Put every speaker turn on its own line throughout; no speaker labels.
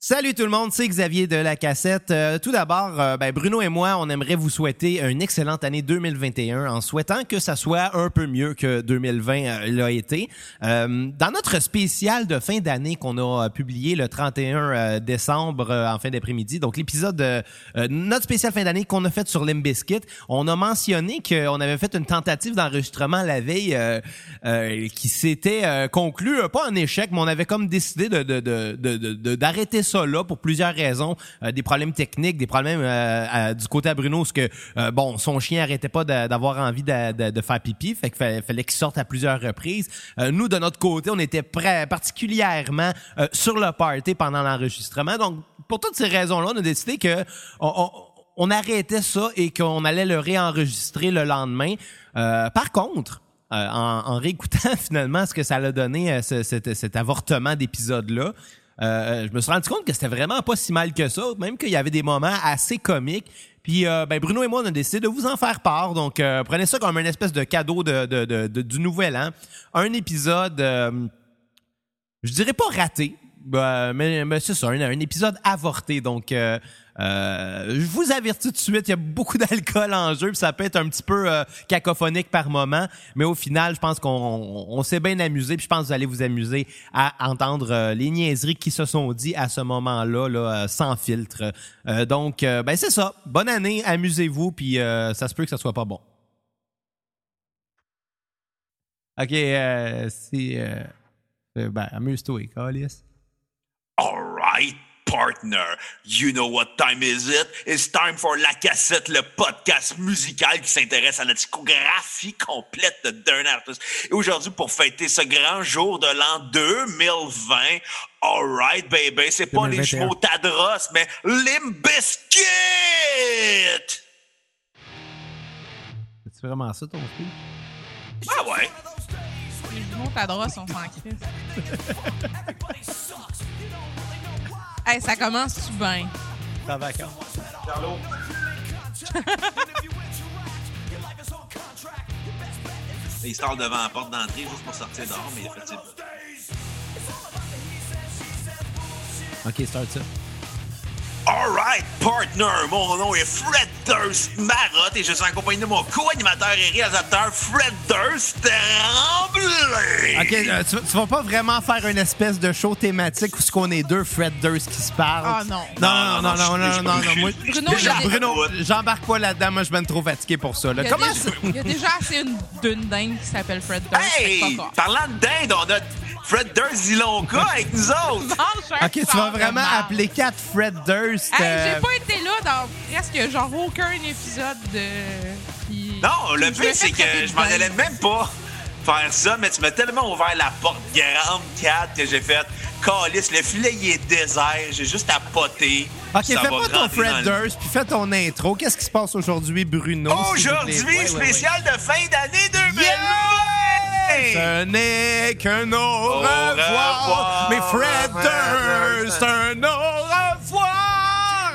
Salut tout le monde, c'est Xavier de la cassette. Euh, tout d'abord, euh, ben, Bruno et moi, on aimerait vous souhaiter une excellente année 2021 en souhaitant que ça soit un peu mieux que 2020 euh, l'a été. Euh, dans notre spécial de fin d'année qu'on a euh, publié le 31 euh, décembre euh, en fin d'après-midi, donc l'épisode euh, euh, notre spécial fin d'année qu'on a fait sur Limbiskit, on a mentionné qu'on avait fait une tentative d'enregistrement la veille euh, euh, qui s'était euh, conclue euh, pas en échec, mais on avait comme décidé de de- de- de- de- de- d'arrêter ça là pour plusieurs raisons, Euh, des problèmes techniques, des problèmes euh, à- du côté à Bruno, parce que euh, bon, son chien arrêtait pas d'a- d'avoir envie d'a- d'a- de, faire pipi, fait qu'il fallait, fallait qu'il sorte à plusieurs reprises. Euh, nous de notre côté, on était prêts particulièrement euh, sur le party pendant l'enregistrement, donc pour toutes ces raisons-là, on a décidé que on- on- on arrêtait ça et qu'on allait le réenregistrer le lendemain. Euh, par contre, euh, en, en réécoutant finalement ce que ça a donné, euh, ce- cet, cet avortement d'épisode-là, euh, je me suis rendu compte que c'était vraiment pas si mal que ça, même qu'il y avait des moments assez comiques. Puis euh, ben, Bruno et moi, on a décidé de vous en faire part. Donc, euh, prenez ça comme une espèce de cadeau de, de- de- de- du Nouvel An. Un épisode... euh, je dirais pas raté, ben, mais, mais c'est ça, un, un épisode avorté. Donc, euh, euh, je vous avertis tout de suite, il y a beaucoup d'alcool en jeu, puis ça peut être un petit peu euh, cacophonique par moment, mais au final, je pense qu'on on, on s'est bien amusé, puis je pense que vous allez vous amuser à entendre euh, les niaiseries qui se sont dites à ce moment-là, là, euh, sans filtre. Euh, donc, euh, ben c'est ça. Bonne année, amusez-vous, puis euh, ça se peut que ça soit pas bon. Ok, euh, c'est... euh, euh, Ben, amuse-toi, câlisse.
All right, partner. You know what time is it? It's time for La Cassette, le podcast musical qui s'intéresse à la discographie complète d'un artiste. Et aujourd'hui, pour fêter ce grand jour de l'an 2020, all right, baby, c'est pas les
2021.
chevaux Tadros, mais Limbiskit!
C'est vraiment ça ton film?
Ah ouais,
Les jumeaux Tadros sont sans crise. hey, ça commence tout bien.
en vacances.
il sort devant la porte d'entrée juste pour sortir dehors, mais effectivement.
Ok, start ça.
Alright, partner, mon nom est Fred Durst Marotte et je suis en compagnie de mon co-animateur et réalisateur Fred Durst Tremblay.
Ok, euh, tu, tu vas pas vraiment faire une espèce de show thématique où ce qu'on est deux Fred Durst qui se parlent.
Ah, non.
Non, non, non, non,
je-
non, non,
je-
non, moi-
je-
Bruno,
déjà,
il y a des-
Bruno, j'embarque pas là-dedans, moi je vais me trop fatigué pour ça. là.
Il y a
Euh, Comment
déjà-
ça?
Il y a déjà assez une- d'une dingue qui s'appelle Fred Durst. fait que
Hey,
pas fort.
parlant de dinde, on a Fred Durst Zilonka avec nous autres.
Mange un
Ok, tu vas
sort de
vraiment
marde.
appeler quatre Fred Durst.
Hey,
euh,
j'ai pas été là dans presque genre aucun épisode de. Puis-
Non, le
Je me
but, c'est
fais traiter
que
de
je m'en
dingue.
allais même pas faire ça, mais tu m'as tellement ouvert la porte grande, Kat, que j'ai fait Calice, le filet, il est désert, j'ai juste à poter.
Ok,
Ça
fais
va
pas ton
rentrer dans
Fred
le-
Durst, puis fais ton intro. Qu'est-ce qui se passe aujourd'hui, Bruno? s'il vous plaît?
Aujourd'hui,
Ouais, ouais, ouais.
spécial de fin d'année 2020!
Ce n'est qu'un au revoir,
revoir,
mais Fred
Fred
Durst, un au revoir.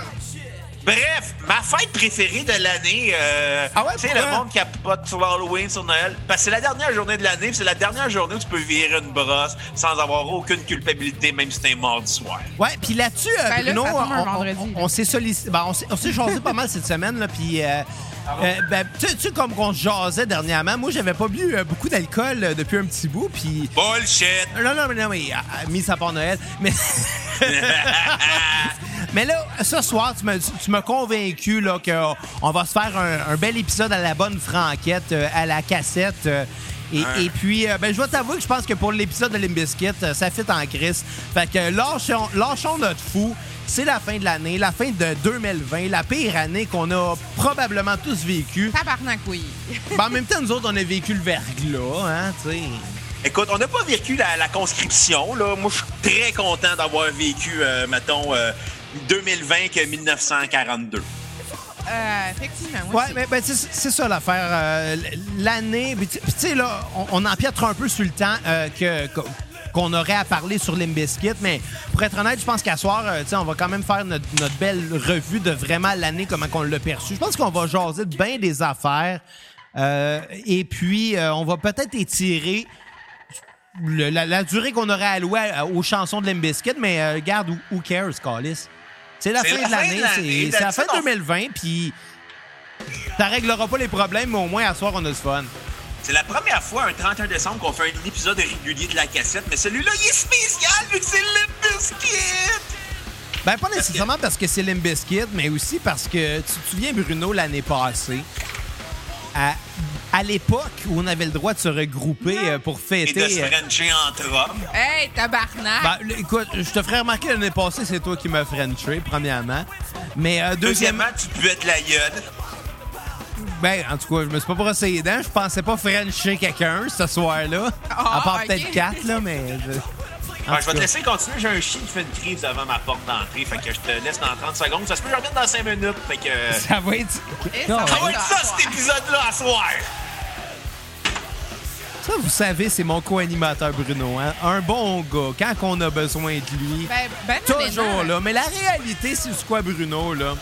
Bref, ma fête préférée de l'année, euh,
Ah ouais,
tu sais, le
pourquoi?
monde qui capote sur l'Halloween, sur Noël, parce que c'est la dernière journée de l'année, puis c'est la dernière journée où tu peux virer une brosse sans avoir aucune culpabilité, même si t'es mort du soir.
Ouais, puis là-dessus, euh,
Ben là,
Bruno,
ça tombe un
on- on-
vendredi,
on,
là.
on s'est sollicité, ben, on s'est- on s'est jasé pas mal cette semaine, là, puis... euh, euh, ben, tu sais, tu sais, comme qu'on se jasait dernièrement, moi, j'avais pas bu euh, beaucoup d'alcool euh, depuis un petit bout, puis...
Bullshit!
Non, non, mais non, mais... euh, mis à part Noël, mais... Mais là, ce soir, tu m'as tu m'as convaincu là, qu'on on va se faire un, un bel épisode à la bonne franquette, euh, à la cassette. euh, et, et puis, euh, ben, je dois t'avouer que je pense que pour l'épisode de Limbiskit, euh, ça fit en crise. Fait que lâchons, lâchons notre fou. C'est la fin de l'année, la fin de 2020, la pire année qu'on a probablement tous vécue.
Tabarnak, oui.
Ben, en même temps, nous autres, on a vécu le verglas, hein, tu sais.
Écoute, on n'a pas vécu la, la conscription, là. Moi, je suis très content d'avoir vécu, euh, mettons, euh, 2020 que 1942.
Euh, effectivement, moi
Ouais,
aussi.
mais ben, c'est c'est ça l'affaire. euh, L'année, puis tu puis tu sais, là, on, on empiètre un peu sur le temps euh, que- que- qu'on aurait à parler sur Limbiskit, mais pour être honnête, je pense qu'à soir, euh, tu sais, on va quand même faire notre, notre belle revue de vraiment l'année, comment qu'on l'a perçu. Je pense qu'on va jaser de bien des affaires. euh, et puis, euh, on va peut-être étirer le- la, la durée qu'on aurait allouée à- aux chansons de Limbiskit, mais euh, regarde, who, who cares, Calis? C'est la
C'est
fin de l'année, c'est- c'est la fin
d'habitude, on-
2020, puis ça réglera pas les problèmes, mais au moins, à soir, on a du fun. Ben,
C'est la première fois, un 31 décembre, qu'on fait un épisode régulier de la cassette, mais celui-là, il est spécial vu que c'est le biscuit!
Ben, pas nécessairement parce que c'est Limbiskit, mais aussi parce que tu te souviens, Bruno, l'année passée, à, à l'époque où on avait le droit de se regrouper euh, pour
Et
fêter.
de se
euh,
frencher entre hommes.
Hey, tabarnak!
Ben, l- écoute, je te ferai remarquer l'année passée, c'est toi qui m'as frenché, premièrement. Mais euh, deuxièmement,
Deuxièmement, tu peux être la gueule.
ben, en tout cas, je me suis pas brossé les dents. Je pensais pas frencher quelqu'un ce soir-là.
Ah,
à part
ok.
peut-être quatre, là, mais... je- en
Ouais, je
tout
vais te
cas.
laisser continuer. J'ai un chien qui fait une crise devant ma porte d'entrée. Fait que je te laisse dans 30 secondes. Ça se peut que je revienne dans 5 minutes. Fait que.
Ça va être...
Et
Non,
ça
Ça va être ça, cet épisode-là, à soir!
ça, vous savez, c'est mon co-animateur, Bruno. hein. Un bon gars, quand on a besoin de lui...
Ben, ben,
Toujours là. Mais la réalité, c'est quoi, Bruno, là?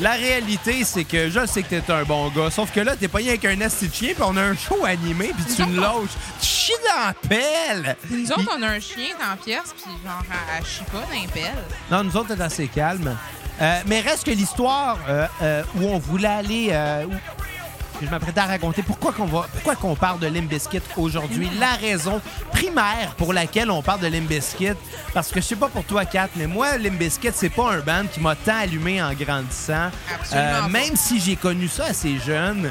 La réalité, c'est que je sais que t'es un bon gars, sauf que là, t'es pogné avec un asti de chien, puis on a un show animé, puis tu
Nous
le
autres,
lâches. Tu chies dans la pelle!
Nous autres, on a un chien dans la pièce, puis genre, elle, elle chie pas dans les pelles.
Non, nous autres, on est assez calme. Euh, mais reste que l'histoire euh, euh, où on voulait aller, euh, où- que je m'apprêtais à raconter pourquoi qu'on va, pourquoi qu'on parle de Limbiskit aujourd'hui, la raison primaire pour laquelle on parle de Limbiskit, parce que je sais pas pour toi, Kat, mais moi, Limbiskit, c'est pas un band qui m'a tant allumé en grandissant. Euh,
Absolument pas.
même si j'ai connu ça assez jeune,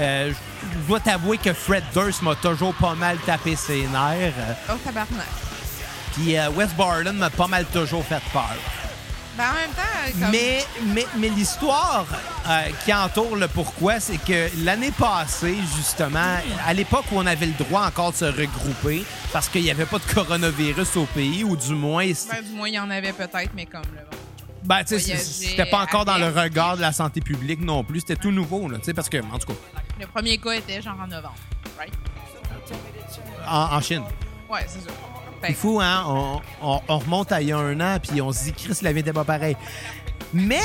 euh, je je dois t'avouer que Fred Durst m'a toujours pas mal tapé ses nerfs, euh,
Oh, tabarnak.
puis euh, Wes Borland m'a pas mal toujours fait peur.
Ben, en même temps, comme...
Mais, mais, mais l'histoire euh, qui entoure le pourquoi, c'est que l'année passée, justement, à l'époque où on avait le droit encore de se regrouper, parce qu'il n'y avait pas de coronavirus au pays, ou du moins, c-
ben, du moins, il y en avait peut-être, mais comme là.
ben, tu sais,
voyager
c'était pas encore dans le
avec.
regard de la santé publique non plus. C'était tout nouveau, là, tu sais, parce que, en tout cas,
Le premier cas était genre en novembre, right?
en, en Chine.
Ouais, c'est sûr.
C'est fou, hein? On, on- on remonte à il y a un an, puis on se dit, Chris, la vie n'était pas pareille. Mais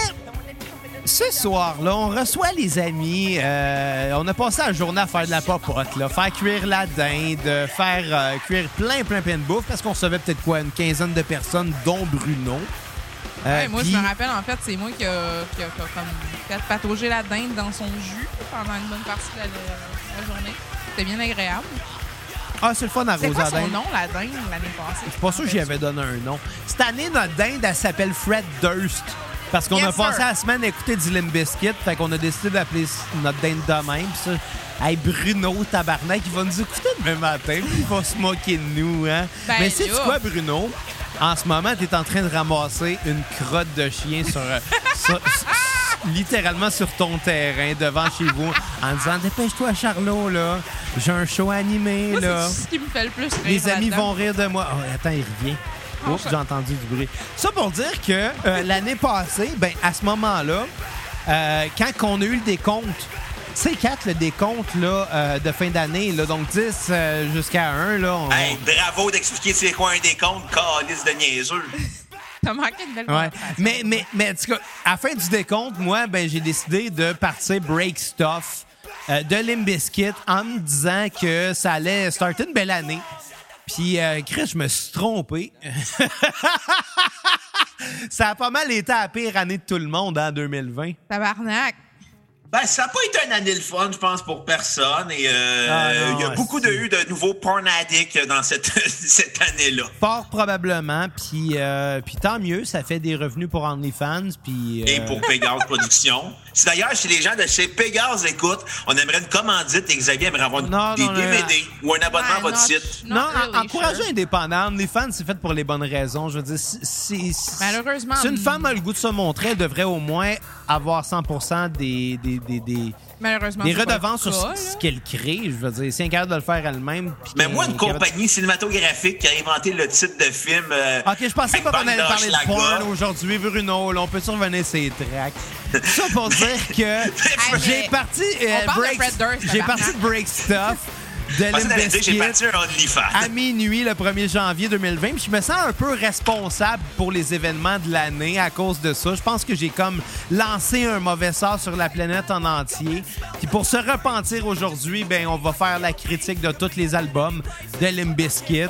ce soir-là, on reçoit les amis. euh, on a passé la journée à faire de la popote, là, faire cuire la dinde, faire euh, cuire plein, plein, plein de bouffe, parce qu'on recevait peut-être quoi, une quinzaine de personnes, dont Bruno. Euh,
Ouais, moi,
puis-
je me rappelle, en fait, c'est moi qui a, qui a- qui a comme fait patauger la dinde dans son jus pendant une bonne partie de la, de la journée. C'était bien agréable.
Ah, c'est le fun à
C'est quoi
Rosa
son
dinde.
nom, la dinde, l'année passée?
Je suis pas sûr que j'y avais donné un nom. Cette année, notre dinde, elle s'appelle Fred Durst. Parce qu'on
Yes,
a passé
sir.
la semaine à écouter du Limp Bizkit, fait qu'on a décidé d'appeler notre dinde de même. Puis ça, hey, Bruno Tabarnak, il va nous écouter demain matin, puis il va se moquer de nous. Hein?
Ben,
Mais c'est
là.
quoi, Bruno? En ce moment, t'es en train de ramasser une crotte de chien sur, euh, sur- sur- littéralement sur ton terrain devant chez vous en disant dépêche-toi Charlot là j'ai un show animé
Moi,
là
c'est ce qui me fait le plus rire.
les amis
là-dedans.
vont rire de moi. Oh, attends, il revient. Oups, j'ai entendu du bruit. Ça pour dire que euh, l'année passée, ben, à ce moment-là, euh, quand on a eu le décompte, c'est 4 le décompte là, euh, de fin d'année, là, donc 10 euh, jusqu'à 1. Là, on-
Hey, bravo d'expliquer c'est quoi un décompte, calice de niaiseux.
T'as manqué une belle
Ouais.
conversation.
Mais, mais, mais, en tout cas, à la fin du décompte, moi, ben, j'ai décidé de partir break stuff euh, de Limbiskit en me disant que ça allait starter une belle année. Puis, euh, Chris, je me suis trompé. ça a pas mal été la pire année de tout le monde hein, en 2020.
Tabarnak.
Ben, ça n'a pas été une année le fun, je pense, pour personne. Et euh,
Ah,
il
non,
y a beaucoup de,
c'est-
eu de nouveaux porn addicts dans cette, cette année-là.
Fort probablement. Puis, euh, puis tant mieux, ça fait des revenus pour OnlyFans. Puis,
Et
euh,
pour Pégase Productions. Si d'ailleurs, si les gens de chez Pégase écoutent, on aimerait une commandite et Xavier aimerait avoir une-
Non,
des
non, non,
DVD ou un abonnement à
Ouais,
votre
not-
site.
not
Non,
really
en- encourager
sure.
indépendant. Les fans, c'est fait pour les bonnes raisons. Je veux dire, si, si- si-
Malheureusement, mm.
Si une
non.
femme a le goût de se montrer, elle devrait au moins avoir 100 des, des, des, des,
Malheureusement,
des
c'est pas le
redevances sur
cas,
ce, ce
là.
qu'elle crée. Je veux dire, si elle est capable de le faire elle-même. puis
Mais
qu'elle-
moi, une
qu'elle est capable-
compagnie cinématographique qui a inventé le titre de film. euh,
Ok, je pensais pas
Bang
qu'on allait
Bang
parler de
Schlager.
porn aujourd'hui, Bruno. Là, on peut survenir ses tracks. Ça pour dire que
mais-
j'ai parti euh,
On parle de
break,
Fred Durst,
j'ai
tabarnak.
parti de break stuff. de
Passez dans
Limp
l'été, j'ai
Bizkit
parti un OnlyFans.
à minuit le 1er janvier 2020. Puis je me sens un peu responsable pour les événements de l'année à cause de ça. Je pense que j'ai comme lancé un mauvais sort sur la planète en entier. Puis pour se repentir aujourd'hui, ben on va faire la critique de tous les albums de Limbiskit.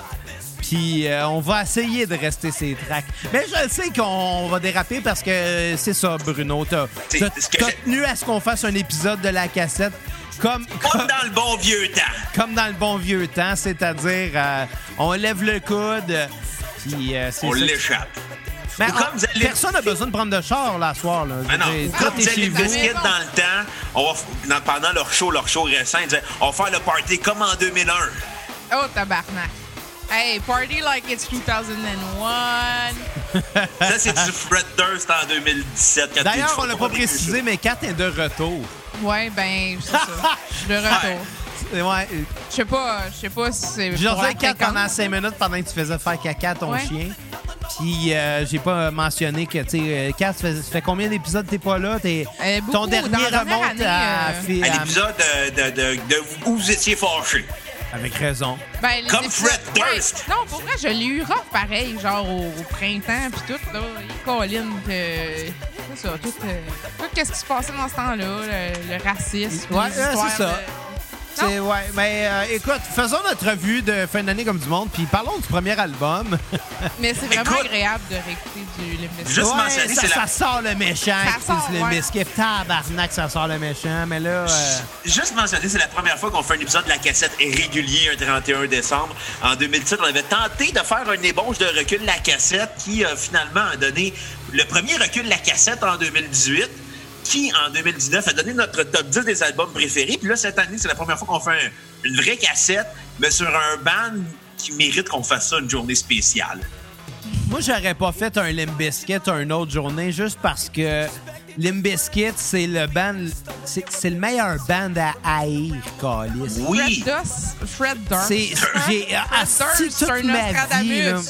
Puis euh, on va essayer de rester ses tracks. Mais je le sais qu'on va déraper parce que euh, c'est ça, Bruno. T'as
C'est-
t'as-
ce que
t'as
j'ai-
tenu à ce qu'on fasse un épisode de la cassette comme, comme,
Comme dans le bon vieux temps.
comme dans le bon vieux temps, c'est-à-dire euh, on lève le coude, euh, puis euh, c'est
On
ça.
l'échappe.
Mais
Ou
on-
comme vous allez-
personne n'a besoin de prendre de char là, ce soir. Là.
Ah non,
Je veux dire, tout
comme
est
disaient les
chez vous.
biscuits dans le temps, on va, f- dans- pendant leur show, leur show récent, ils disaient on va faire le party comme en 2001.
Oh, tabarnak. Hey, party like it's 2001.
Ça, c'est du Fred Durst en 2017. quand
D'ailleurs,
ils
on l'a
font
pas
des
précisé,
shows.
mais Kat est de retour.
Ouais, ben, c'est ça. Je suis de retour.
Ouais, euh,
Je sais pas, je sais pas si c'est.
J'ai
pour la
dormi Kat
fréquence.
pendant 5 minutes pendant que tu faisais faire caca à ton
Ouais.
chien. Puis euh, j'ai pas mentionné que, tu sais, euh, Kat, ça fait, ça fait combien d'épisodes que t'es pas là? T'es-
Euh, beaucoup.
ton
Dans
dernier
la dernière
remonte
année,
à,
euh,
fi-
À
à-
l'épisode euh, de, de, de où vous étiez fâchés.
Avec raison.
Ben, les
Comme
épisodes-
Fred Durst.
Ouais. Non, pour vrai, je l'ai eu rough pareil, genre au, au printemps, puis tout, là. Colline, que. C'est ça, tout. euh, tout qu'est-ce qui se passait dans ce temps-là, le, le racisme.
Ouais,
les
euh,
histoires
c'est ça.
de- Non,
C'est- ouais, mais euh, écoute, faisons notre revue de fin d'année comme du monde, puis parlons du premier album.
mais c'est vraiment
Écoute.
agréable de réécouter du Limp Bizkit.
Juste mentionner,
ça,
c'est
ça
la-
sort le méchant,
Ça
qui
sort,
pousse le
ouais.
biscuit. Tabarnak, ça sort le méchant, mais là... euh,
Juste mentionner, c'est la première fois qu'on fait un épisode de la cassette régulier un 31 décembre. En 2007, on avait tenté de faire une ébauche de recul de la cassette qui euh, finalement a donné le premier recul de la cassette en 2018 qui, en 2019, a donné notre top 10 des albums préférés. Puis là, cette année, c'est la première fois qu'on fait un- une vraie cassette, mais sur un band qui mérite qu'on fasse ça une journée spéciale.
Moi, j'aurais pas fait un Limbiscuit une autre journée juste parce que Limbiscuit, c'est le band, c'est c'est le meilleur band à haïr, câlisse.
Oui!
Fred Durst. Fred Durst.
C'est- j'ai-
Fred
asti,
Durst,
toute
c'est un
ma vie,
Nostradamus.
là.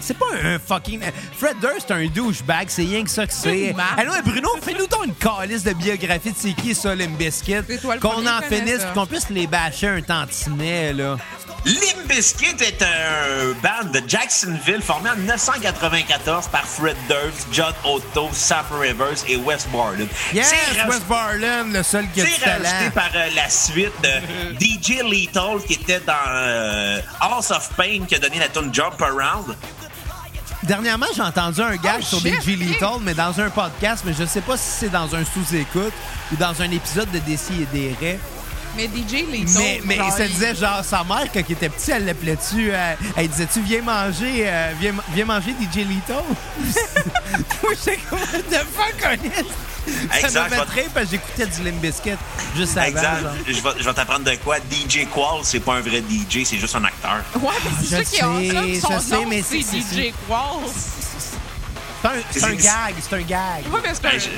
C'est pas un fucking. Fred Durst, c'est un douchebag, c'est rien que ça que c'est.
une marque.
Allô, Bruno, fais-nous donc une calice de biographie de c'est qui ça, Limbiscuit.
C'est toi le
Qu'on
premier
en
qui connaît
finisse,
ça.
puis qu'on puisse les bâcher un tantinet, là.
Limp Bizkit est un band de Jacksonville formé en 1994 par Fred Durst, John Otto, Sam Rivers et Wes Borden.
Yes,
C'est raj-
Wes Barlin, le seul qui a du
c'est rajouté
talent.
par euh, la suite de DJ Lethal qui était dans euh, House of Pain qui a donné la tune Jump Around.
Dernièrement, j'ai entendu un gag
Oh,
sur
shit,
des G.
ok.
Little, mais dans un podcast, mais je sais pas si c'est dans un sous-écoute ou dans un épisode de Décis et des Raies.
Mais DJ les
Mais, mais ça disait genre sa mère quand il était petit, elle l'appelait-tu, euh, elle disait-tu viens manger, euh, viens, ma- viens manger DJ Lito. Moi je sais comment de fuck on est. Ça
Exact,
me fait
votre-
rire parce que j'écoutais du Limp Bizkit juste avant.
Exact.
genre.
Je vais, je vais t'apprendre de quoi. DJ Qual, c'est pas un vrai DJ, c'est juste un acteur.
Ouais, mais
Ah, Je
c'est ça qui ont
sais,
ça.
je
Son
sais,
nom,
mais
c'est
c'est- c'est-
DJ Qualls.
C'est un, c'est un
C'est-
gag, c'est un gag.
Ouais, mais c'est un,
Ben, je-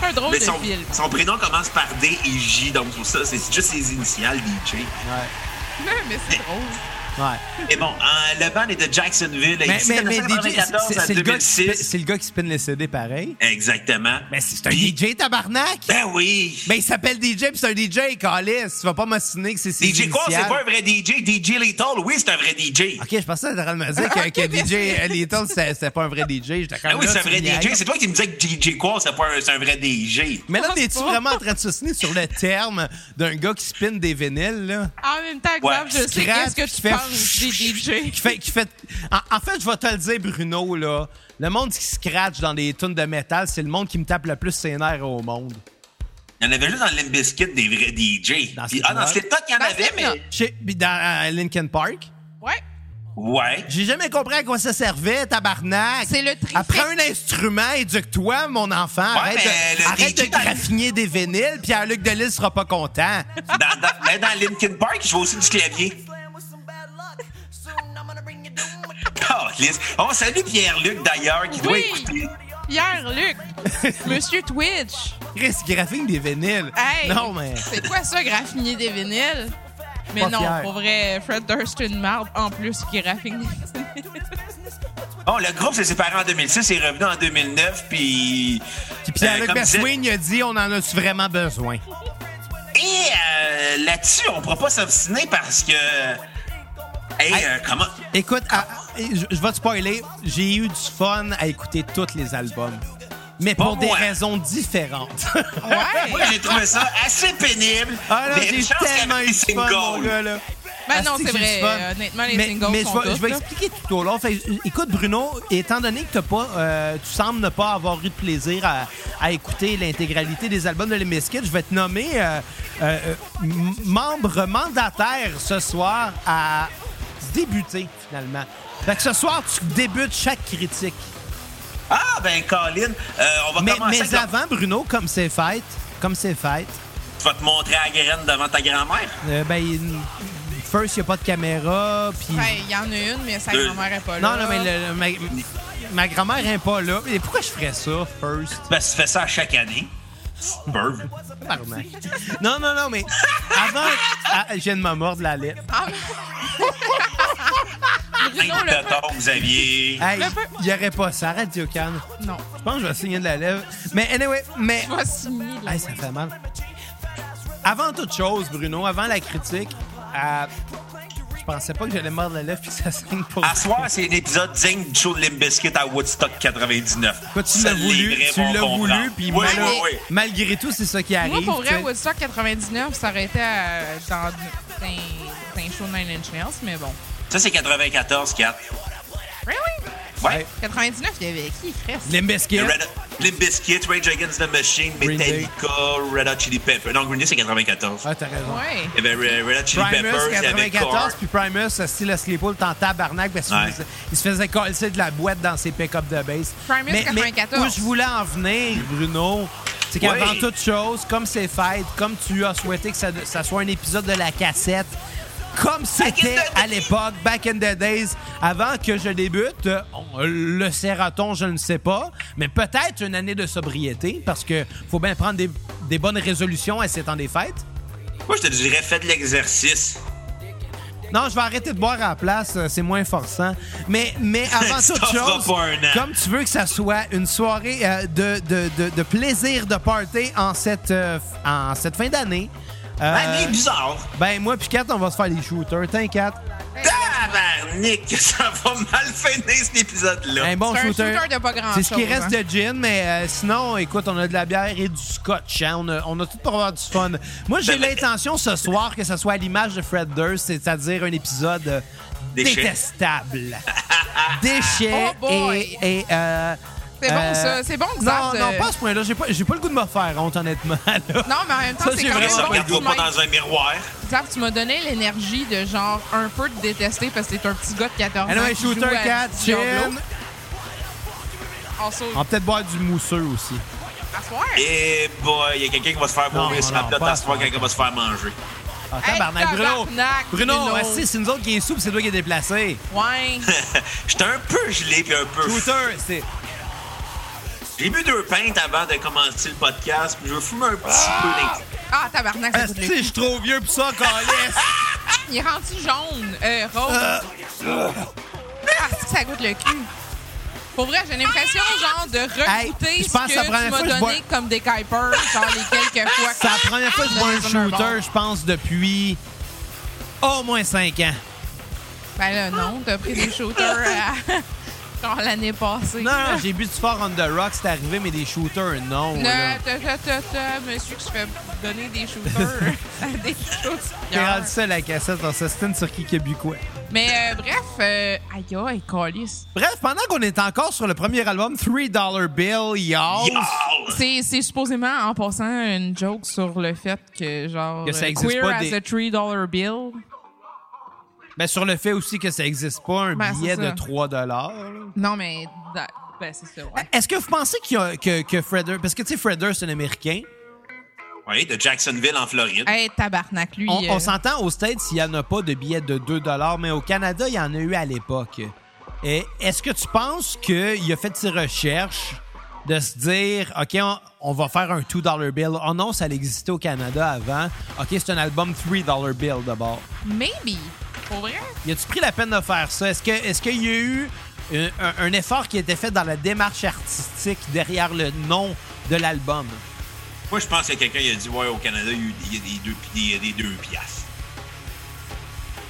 c'est un drôle
Mais
de
son,
film.
son prénom commence par D et J, donc pour ça, c'est juste ses initiales DJ.
Ouais.
mais c'est drôle.
ouais.
Et bon, euh, le band est de Jacksonville.
Mais,
ici,
mais, mais DJ, c'est-
1994
c'est
à
c'est le, gars qui
2006.
spin- c'est le gars qui spin les CD pareil.
Exactement.
Mais c'est un
Puis-
DJ tabarnak.
Ben oui.
Ben il s'appelle DJ puis c'est un DJ, Calis. Tu vas pas m'assiner que c'est ses
DJ quoi? C'est
initiales.
pas un vrai DJ. DJ Lethal, oui, c'est un vrai DJ.
OK, je pensais que t'étais en train de me dire que, que DJ Little, c'était c'était pas un vrai DJ. J'étais
Ah
Ben
comme
oui,
là,
c'est un
tu
vrai
me niaises.
DJ. C'est toi qui me disais que DJ quoi? C'est pas un, c'est un vrai DJ.
Mais là,
Je pense
t'es-tu
pas.
vraiment en train de soutenir sur le terme d'un gars qui spin des vinyles, là?
En même temps, Xav, je sais
Scrap,
qu'est-ce que
qui
tu
fait-
penses des DJ.
Qui fait, qui fait... En, en fait, je vais te le dire, Bruno, là. Le monde qui scratch dans des tunes de métal, c'est le monde qui me tape le plus ses nerfs au monde.
Il y en avait juste dans Limp Bizkit des vrais DJ.
Dans
Puis- ah,
Slipknot.
dans Slipknot, il y en
Dans
avait,
Slipknot.
mais...
Chez- puis Dans euh, Linkin Park.
Ouais.
Ouais.
J'ai jamais compris à quoi ça servait, tabarnak.
C'est le trifecta.
Après un instrument, éduque-toi, mon enfant. arrête
mais
de,
le
arrête
DJ
de graffiner des vinyles, puis Luc Delisle sera pas content.
Dans, dans, ben, dans Linkin Park, je vois aussi du clavier. Oh, Liz. On salue Pierre-Luc, d'ailleurs, qui doit
Oui.
écouter.
Pierre, Luc, Monsieur Twitch.
Chris, il graffine des vinyles.
Hey.
Non, mais.
C'est quoi ça, graffiner des vinyles? Mais
Pas
non,
fier.
pour vrai, Fred Durst, c'est une marde en plus qui graffine des vinyles.
Bon, le groupe s'est séparé en 2006, il est revenu en 2009, puis...
Puis Pierre-Luc
Euh, comme disait-
Bessouin, il a dit on en a-tu vraiment besoin?
Et euh, là-dessus, on pourra pas s'obstiner parce que. Hey,
Hey.
euh, comment.
Écoute, à- je, je vais te spoiler, j'ai eu du fun à écouter tous les albums. Mais
Pas
pour des
moi.
raisons différentes.
Moi,
Ouais!
j'ai trouvé ça assez pénible.
Ah là,
Mais une
j'ai
chance qu'il y
tellement
avait
eu
des
du fun, mon
singles.
gars, là.
Ben non,
Asti que
c'est
j'ai
vrai.
du fun.
Euh, honnêtement, les
mais,
singles
mais
sont
je vais, je vais
toutes, là.
expliquer tout au long. Fait, écoute, Bruno, étant donné que t'as pas, euh, tu sembles ne pas avoir eu de plaisir à, à écouter l'intégralité des albums de Les Misfits, je vais te nommer euh, euh, euh, m- membre mandataire ce soir à débuter, finalement. Fait que ce soir, tu débutes chaque critique.
Ah, ben, Colin, euh, on va
Mais,
commencer.
mais
avec-
avant, Bruno, comme c'est fête, comme c'est fête,
Tu vas te montrer à la graine devant ta grand-mère.
euh, ben, first, il n'y a pas de caméra, puis...
Enfin, il y en a une, mais sa
Deux.
grand-mère est pas là.
Non, non, mais le- le- ma, ma grand-mère n'est pas là. Mais pourquoi je ferais ça, first?
Ben, tu fais ça à chaque année. Burb.
Tabarnak. Non, non, non, mais avant... Ah, je viens de me mordre la lèvre.
Ah, Bruno,
Hey,
le
tonton, Xavier.
Hey, il n'y aurait pas ça. Radio Can.
Non.
Je pense que je vais signer de la lèvre. Mais anyway, mais...
Je vais signer. là.
Hey, ça fait mal. Avant toute chose, Bruno, avant la critique, euh, je pensais pas que j'allais mordre la lèvre puis que ça saigne pour
À soir, c'est un épisode digne du show de Limbiskit à Woodstock 99.
Toi, tu
Ça,
l'as voulu,
les vrais
tu
vont
l'as
comprendre.
voulu, puis
Oui,
mal-
oui, oui.
malgré tout, c'est ça qui arrive.
Moi, pour
tu
vrai,
sais.
Woodstock 99, ça aurait été euh, dans dans un- dans un show de Nine Inch Nails, mais bon.
Ça, c'est 94, 4.
Really?
Ouais.
99, il y avait qui, Chris?
Les biscuits.
Le Red- Limbiskit, Rage Against the Machine,
Green Day.
Metallica, Red Hot Chili Peppers. Non, Green Day, c'est 94.
Ah, t'as raison.
Ouais.
Il y avait Red Red Hot Chili
Primus,
Peppers, il y avait Korn.
94, puis Primus, euh, style Sleepool, t'en tabarnak, parce qu'il
Ouais.
se- il se faisait coller de la boîte dans ses pick-up de base.
Primus, 94.
où je voulais en venir, Bruno, c'est qu'avant
Oui.
toute chose, comme c'est fête, comme tu as souhaité que ça, ça soit un épisode de la cassette, comme c'était
the
à
days.
l'époque, back in the days, avant que je débute, euh, on- le serraton, je ne sais pas, mais peut-être une année de sobriété, parce que faut bien prendre des, des bonnes résolutions à ces temps des fêtes.
Moi, je te dirais, fais de l'exercice.
Euh. Non, je vais arrêter de boire à la place, euh, c'est moins forçant. Mais, mais avant
Ça
toute
fera
chose,
pas un an.
comme tu veux que ça soit une soirée euh, de, de, de, de plaisir de party en cette, euh, f- en cette fin d'année, euh,
Année Ah, bizarre.
ben moi puis Kat, on va se faire les shooters. T'inquiète.
Tabarnak, que ça va mal finir cet épisode-là.
Un Ben, bon
C'est un
shooter.
shooter de pas grand-chose,
C'est ce qui reste
hein.
de gin, mais euh, sinon, écoute, on a de la bière et du scotch. hein. On, a, on a tout pour avoir du fun. Moi, j'ai
Ben, ben-
l'intention ce soir que ça soit à l'image de Fred Durst, c'est-à-dire un épisode euh,
Déchet.
détestable. Déchet
Oh boy.
et... et, euh,
C'est bon, ça. C'est bon,
Non,
Xav,
non,
de-
pas à ce point-là. J'ai pas, j'ai pas le goût de me faire honte, honnêtement. là.
Non, mais en même temps,
Ça,
c'est
j'ai
quand même
vraiment
Ça,
pas le
regarde-toi
bon. que
pas
tu m'aies-
dans un miroir.
Xav, tu m'as donné l'énergie de genre un peu te détester parce que t'es un petit gars de 14 ans.
Anyway,
qui joue
shooter
à
4, gin.
Diablo. En saut-
On va peut-être boire du mousseux aussi.
à soir.
Eh boy, il y a quelqu'un qui va se faire
Non,
mourir sur
non,
la plate
pas
à ce soir,
ça.
quelqu'un va se faire manger.
Ah,
Hey,
tabarnak, Bruno.
tabarnak,
Bruno,
Bruno.
asti, c'est nous autres qui est sous, puis c'est toi qui est déplacé.
Ouais.
J'étais un peu gelé puis un peu. fou.
Shooter, c'est...
J'ai bu deux pintes avant de commencer le podcast, puis je veux fumer un petit peu d'in-
Ah, tabarnak, ça coûte
Asti,
le
je suis trop vieux pour ça, calisse.
Il est rendu jaune, euh, rose.
Euh.
Ah, c'est que ça goûte le cul. Pour vrai, j'ai l'impression, genre, de
Hey,
recouter
je
ce
pense que la
que tu
première
m'as
fois que je
donné
bois-
comme des Kuipers, genre les quelques fois.
C'est la première fois que je vois
Ah,
un shooter, je pense, depuis au moins 5 ans.
Ben là, non, t'as pris des shooters à- genre l'année passée.
Non, non, j'ai bu du fort on the rock, c'est arrivé, mais des shooters, non.
Ah. Non,
là.
t'as, t'as, t'as, t'as, monsieur, que je fais donner des shooters à des
T'es rendu
shooters.
ça la cassette, on s'estime sur qui québécois.
Mais euh, bref, euh, aïe, aïe, calice.
Bref, pendant qu'on est encore sur le premier album, 3 Dollar Bill, y'all.
Yow!
C'est, c'est supposément, en passant, une joke sur le fait que, genre,
Que ça
euh,
existe
queer
pas
as
des-
a $3 bill.
Ben, sur le fait aussi que ça n'existe pas un
Ben, c'est
billet de
ça.
3 dollars.
Non, mais. da- Ben, c'est ça, ouais.
Est-ce que vous pensez qu'il y a- que, que Fredder, parce que tu sais, Fredder, c'est un Américain.
Oui, de Jacksonville en Floride.
Hey, tabarnak, lui.
On, on
euh,
s'entend aux States, il n'y en a pas de billets de 2 mais au Canada, il y en a eu à l'époque. Et Est-ce que tu penses qu'il a fait ses recherches de se dire, OK, on, on va faire un 2 bill? Oh non, ça existait au Canada avant. OK, c'est un album 3 bill d'abord.
Maybe. Pour vrai?
Y a-tu pris la peine de faire ça? Est-ce que est-ce qu'il y a eu un, un- un effort qui a été fait dans la démarche artistique derrière le nom de l'album?
Moi, je pense que quelqu'un il a dit, ouais, au Canada, il y a eu- il y a des deux, il y a des deux piastres.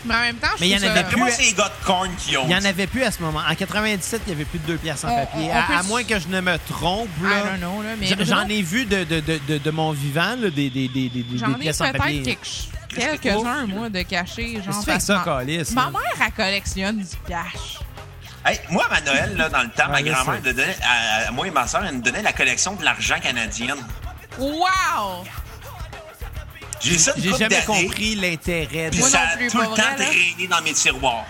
Mais en même temps, je
Mais il y en
trouve ça-
avait
Après moi, c'est les gars de corn qui ont
Il n'y en
dit.
avait plus à ce moment. En 97, il n'y avait plus de deux pièces en
On-
papier.
on- on
à,
peut
à
s-
moins que je ne me trompe,
I
là.
don't know, là, mais
J- J'en
Bruno,
ai vu de, de, de, de, de mon vivant, là, des, des, des, des, des
J'en ai
pièces en papier.
peut-être quelque ch- quelques-uns, moi, de cachés.
Qu'est-ce que
Genre,
tu fais avec
parce
ça,
que
Calice,
ma,
là?
ma mère, elle collectionne du cash.
Hey, moi, à ma Noël, là, dans le temps, ma
Ouais, là,
grand-mère,
c'est-
elle donnait- à, à moi et ma soeur, elle nous donnait la collection de l'argent canadienne.
Wow!
J'ai ça une
J'ai
couple
jamais
d'années,
compris l'intérêt de
Puis
Moi
ça
non
a
plus,
tout
pas
le
vrai,
temps
là.
traîné dans mes tiroirs.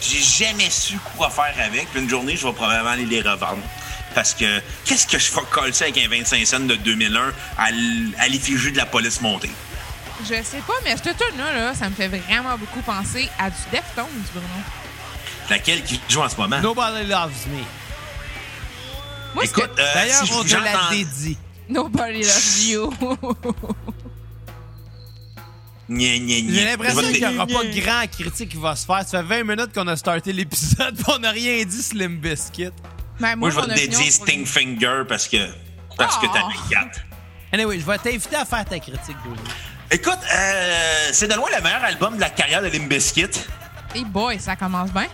J'ai jamais su quoi faire avec. Puis une journée, je vais probablement aller les revendre. Parce que qu'est-ce que je vais coller ça avec un 25 cents de 2001 à l- à l'effigie de la police montée?
Je sais pas, mais cette tune-là, là, ça me fait vraiment beaucoup penser à du Deftones, Bruno.
Laquelle qui joue en ce moment?
Nobody Loves Me.
Moi, ce que-
Écoute, euh,
D'ailleurs,
si je
on
vous
te la
entends-
dédie.
Nobody loves you.
Gna, gna, gna.
J'ai l'impression
Je vais te-
qu'il n'y aura pas grand critique qui va se faire. Ça fait 20 minutes qu'on a starté l'épisode et on n'a rien dit Slim Biscuit.
Ben,
Moi, je vais
mon
te
opinion
dédier
pour les-
Sting Finger parce que, parce que
Ah.
t'as
Oh.
mes quatre.
Anyway, je vais t'inviter à faire ta critique, Bruno.
Écoute, euh, c'est de loin le meilleur album de la carrière de Limp Bizkit.
Hey boy, ça commence bien.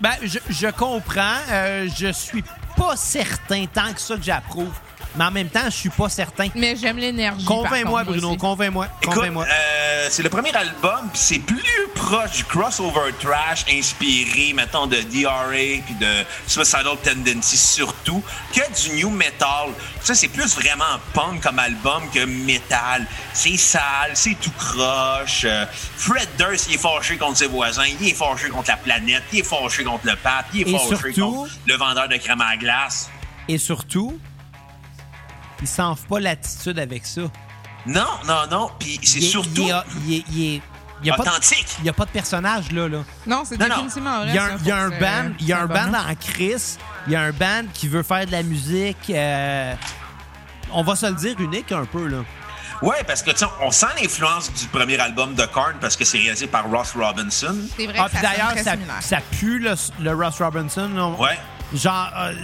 Ben, je, je comprends. Euh, je suis pas certain tant que ça que j'approuve. Mais en même temps, je suis pas certain.
Mais j'aime l'énergie. par
Convainc-moi,
contre,
Bruno.
aussi.
Convainc-moi.
Écoute,
Convainc-moi.
euh, c'est le premier album, puis c'est plus proche du crossover trash inspiré, mettons, de DRA puis de Suicidal Tendency surtout, que du new metal. Ça, c'est plus vraiment punk comme album que metal. C'est sale, c'est tout croche. Euh, Fred Durst, il est fâché contre ses voisins, il est fâché contre la planète, il est fâché contre le pape, il est
Et
fâché
surtout-
contre le vendeur de crème à glace.
Et surtout, il s'enfle pas l'attitude avec ça.
Non, non, non. Puis c'est
Il est-
surtout
Il y a, il est- il est- il y a pas de-
authentique.
il y a pas de personnage, là. là.
Non, Ah, c'est
Non, non.
définitivement vrai.
Il y a
ça,
un, il y a un
pour ce-
band, il y a un
cet
band
album-là.
en crise, il y a un band qui veut faire de la musique, euh, on va se le dire, unique un peu, là.
Ouais, parce que tu sais, on sent l'influence du premier album de Korn parce que c'est réalisé par Ross Robinson.
C'est vrai
Ah,
que
puis
ça sonne
d'ailleurs,
très
ça,
similaire.
ça pue le, le Ross Robinson. là. On-
Ouais.
Genre, euh,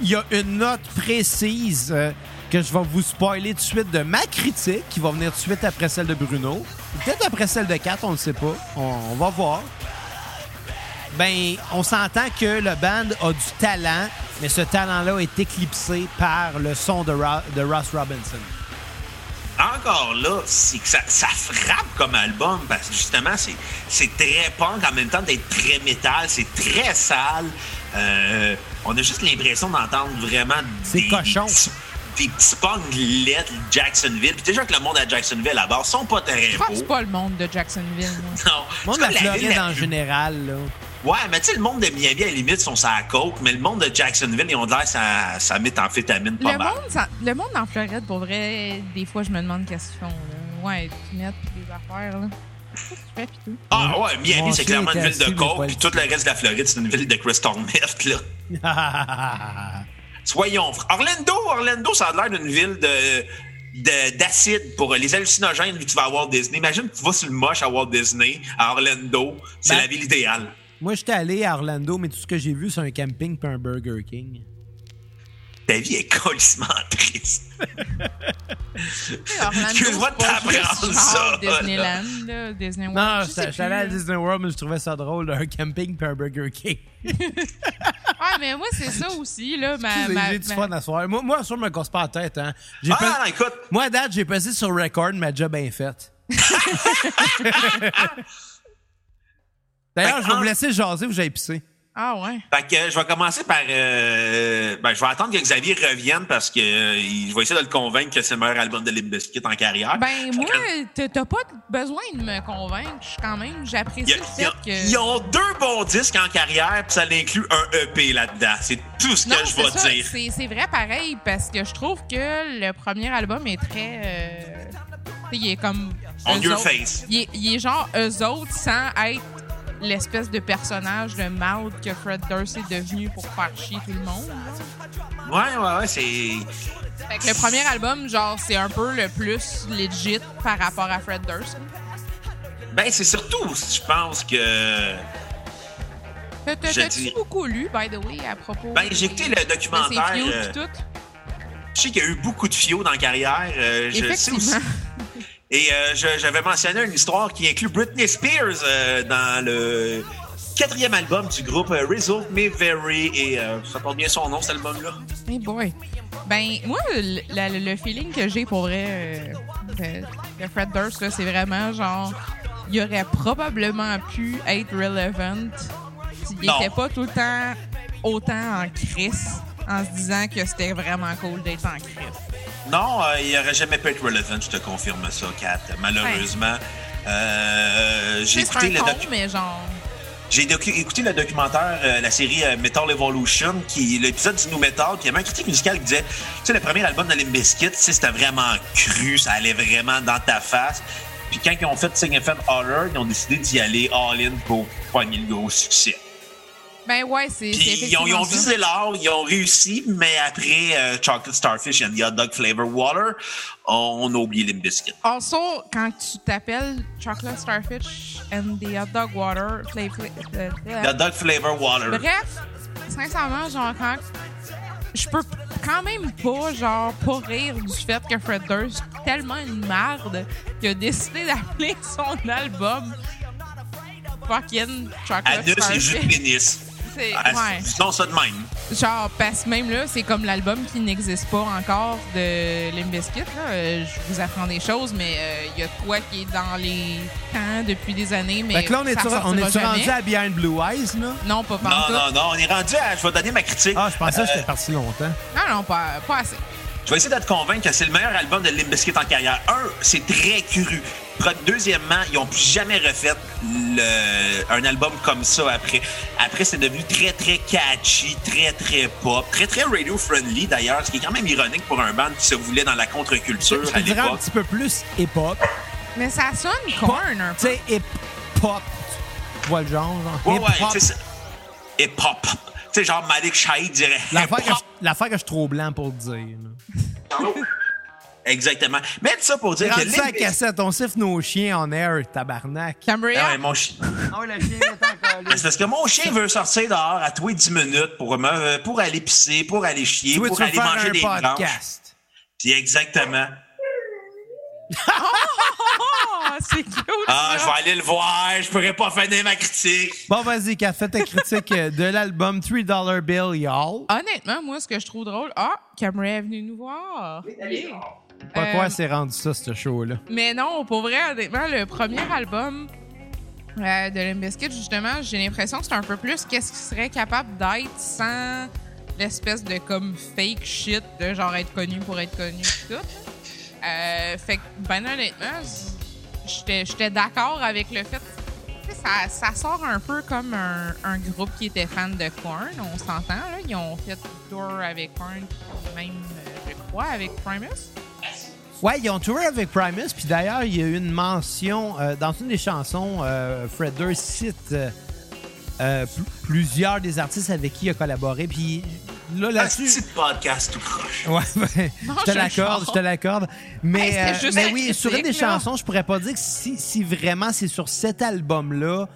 il y a une note précise euh, que je vais vous spoiler tout de suite de ma critique qui va venir tout de suite après celle de Bruno. Peut-être après celle de Kat, on ne sait pas. On, on va voir. Ben, on s'entend que le band a du talent, mais ce talent-là est éclipsé par le son de, Ra- de Ross Robinson.
Encore là, c'est que ça, ça frappe comme album parce que justement, c'est, c'est très punk en même temps d'être très métal, c'est très sale. Euh, on a juste l'impression d'entendre vraiment
C'est cochon.
petits- des petits punks laids de Jacksonville. Puis déjà que le monde à Jacksonville à bord sont pas très
Je crois que
beaux.
c'est pas le monde de Jacksonville. moi.
Non.
Moi,
C'est
la
comme la ville
Floride
la
en
plus
général, là.
Ouais, mais tu sais, le monde de Miami, à la limite, sont sur la coke, mais le monde de Jacksonville, ils ont de l'air, ça, ça met en fétamine pas
Le
mal.
monde, ça- le monde en Floride, pour vrai, des fois, je me demande qu'est-ce qu'ils font. Là. Ouais, des lunettes pis des affaires. là. Qu'est-ce que tu fais pis tout?
Ah ouais, Miami,
Mon
c'est
chien
clairement une
était
ville de
assis, mais
coke,
pas
puis
le
tout le reste de la Floride, c'est une ville de crystal meth, là. Soyons francs. Orlando, Orlando, ça a l'air d'une ville de de- d'acide pour les hallucinogènes vu que tu vas à Walt Disney. Imagine que tu vas sur le moche à Walt Disney, à Orlando. C'est
Ben-
la ville idéale.
Moi, j'étais allé à Orlando, mais tout ce que j'ai vu, c'est un camping puis un Burger King.
Ta vie est colissement triste.
Orlando,
Excuse-moi de
c'est pas juste
t'apprendre
genre
ça, là.
Disneyland, là, Disney World.
Non,
je sais
j'étais
plus,
j'étais allé à
là.
Disney World, mais je trouvais ça drôle, un camping puis un Burger King.
Ah, mais moi, c'est ça aussi, là. Ma,
J'ai-
ma,
j'ai du
ma-
fun à soir. Moi, moi, sûr, je me casse pas la tête. Hein. J'ai
Ah,
pas-
non, écoute.
Moi, à date, j'ai passé sur record, ma job est faite.
Ben,
D'ailleurs, je vais vous laisser jaser ou j'ai pissé.
Ah, ouais.
Fait que euh, je vais commencer par. euh, ben, je vais attendre que Xavier revienne parce que euh, il- je vais essayer de le convaincre que c'est le meilleur album de Limp Bizkit en carrière.
Ben, moi, t'as t'as pas besoin de me convaincre. Je suis quand même,
Il y
j'apprécie
a-
le
il y
fait
a-
que.
Ils ont deux bons disques en carrière, puis ça l'inclut un EP là-dedans. C'est tout ce que
Non,
je
c'est
vais
ça,
dire.
c'est- C'est vrai pareil parce que je trouve que le premier album est très. euh, tu sais, il est comme.
On
eux
your
autres-
face.
Il est, il est genre eux autres sans être l'espèce de personnage de Maud que Fred Durst est devenu pour faire chier tout le monde.
Ouais, ouais, ouais, c'est.
Fait que le premier album, genre, c'est un peu le plus legit par rapport à Fred Durst.
Ben, c'est surtout, je pense que.
T'as- t'as-
Je
T'as-tu
dirais-
beaucoup lu, by the way, à propos.
Ben, j'ai écouté le
de ses
documentaire.
feuds
euh,
pis tout.
Je sais qu'il y a eu beaucoup de fio dans la carrière. euh, je le sais aussi.
Effectivement.
Et euh, je- j'avais mentionné une histoire qui inclut Britney Spears euh, dans le quatrième album du groupe euh, Result Me Very. Et euh, ça porte bien son nom, cet album-là.
Hey boy. Ben, moi, le, la- le- le feeling que j'ai pour vrai euh, de, de Fred Durst, là, c'est vraiment genre, il aurait probablement pu être relevant s'il
Non.
n'était pas tout le temps autant en crise en se disant que c'était vraiment cool d'être en crise.
Non, euh, il aurait jamais pu être relevant, je te confirme ça, Kat. Malheureusement. Euh, j'ai
C'est un
écouté, le
con,
docu-
mais genre,
j'ai docu- écouté le documentaire, euh, la série euh, Metal Evolution, qui l'épisode du New Metal, puis il y avait un critique musical qui disait, tu sais, le premier album de Limp Bizkit, tu sais, c'était vraiment cru, ça allait vraiment dans ta face. Puis quand ils ont fait Significant Horror, ils ont décidé d'y aller all-in pour poigner le gros succès.
ben ouais, c'est. c'est
Puis ils ont, ils ont
effectivement ça.
visé l'or, ils ont réussi, mais après euh, Chocolate Starfish and the Hot Dog Flavor Water, on, on a oublié Limp Bizkit.
Also, quand tu t'appelles Chocolate Starfish and the Hot Dog Water, play, play- euh, euh,
The Dog Flavor Water.
Bref, sincèrement, genre, quand. Je peux quand même pas, genre, pas rire du fait que Fred Durst, tellement une marde, qu'il a décidé d'appeler son album fucking Chocolate
Anus et jus de
Starfish.
pénis.
C'est-
Ah,
ouais.
Disons ça de même.
Genre, parce que même là, c'est comme l'album qui n'existe pas encore de Limbiskit. là. Euh, Je vous apprends des choses, mais euh, il y a de quoi qui est dans les temps depuis des années. Mais
Fait que là, on est,
Ben, ça
sur- on
ressortira
est sur
jamais.
rendu à Behind Blue Eyes, là?
Non, pas
Non,
pantoute.
non, non, on est rendu à. Je vais donner ma critique.
Ah, je pensais que
Euh,
j'étais parti longtemps.
Non, non, pas, pas assez.
Je vais essayer de te convaincre que c'est le meilleur album de Limp Bizkit en carrière. Un, c'est très cru. Pro- Deuxièmement, ils n'ont plus jamais refait le- un album comme ça après. Après, c'est devenu très, très catchy, très, très pop, très, très radio-friendly d'ailleurs, ce qui est quand même ironique pour un band qui se voulait dans la contre-culture
Je
Euh, à
te dirais un
l'époque.
petit peu plus hip-hop.
Mais ça sonne corn un
Tu sais, hip-hop. Tu vois le genre, genre.
Ouais, ouais,
Hip-hop.
tu sais, c'est- et pop. Tu sais, genre Malik Shahid dirait.
L'affaire que,
hip-hop.
je- l'affaire que je suis trop blanc pour le dire. là.
Exactement. Mais ça pour dire que
Rendu à la
Limp Bizkit-
cassette, on siffle nos chiens en air, tabarnak.
Cambria,
Ah ouais, mon chien.
Ah ouais, le chien est encore
C'est parce que mon chien veut sortir dehors à tous les 10 minutes pour, me- euh, pour aller pisser, pour aller chier,
Tu veux
pour
faire
aller manger des
un
branches.
podcast?
Puis exactement.
Ah, c'est cute.
Ah,
ça.
je vais aller le voir, je pourrais pas finir ma critique.
Bon, vas-y, Kat, fais ta critique euh, de l'album $3 Bill, y'all.
Honnêtement, moi, ce que je trouve drôle, ah, Cameron est venu nous voir. Yeah.
Pas
Euh,
quoi c'est rendu ça, ce show-là.
Mais non, pour vrai, honnêtement, le premier album euh, de Limbiskit, justement, j'ai l'impression que c'est un peu plus qu'est-ce qu'il serait capable d'être sans l'espèce de comme fake shit de genre être connu pour être connu pis tout. Euh, fait que, ben honnêtement, j- j'étais j'étais d'accord avec le fait. tu sais, Ça, ça sort un peu comme un, un groupe qui était fan de Korn, on s'entend. là. Ils ont fait tour avec Korn, puis même, euh, je crois, avec Primus.
Ouais, ils ont tourné avec Primus, puis d'ailleurs, il y a eu une mention euh, dans une des chansons, euh, Fred Durst cite euh, euh, pl- plusieurs des artistes avec qui il a collaboré, puis là,
Un
là-dessus...
petit podcast tout croche.
Ouais, ben,
Non,
je te
je
l'accorde,
chante.
je te l'accorde. Mais,
Hey, c'était
euh,
juste
mais
la
oui, sur une des
critique, là.
chansons, je pourrais pas dire que si, si vraiment c'est sur cet album-là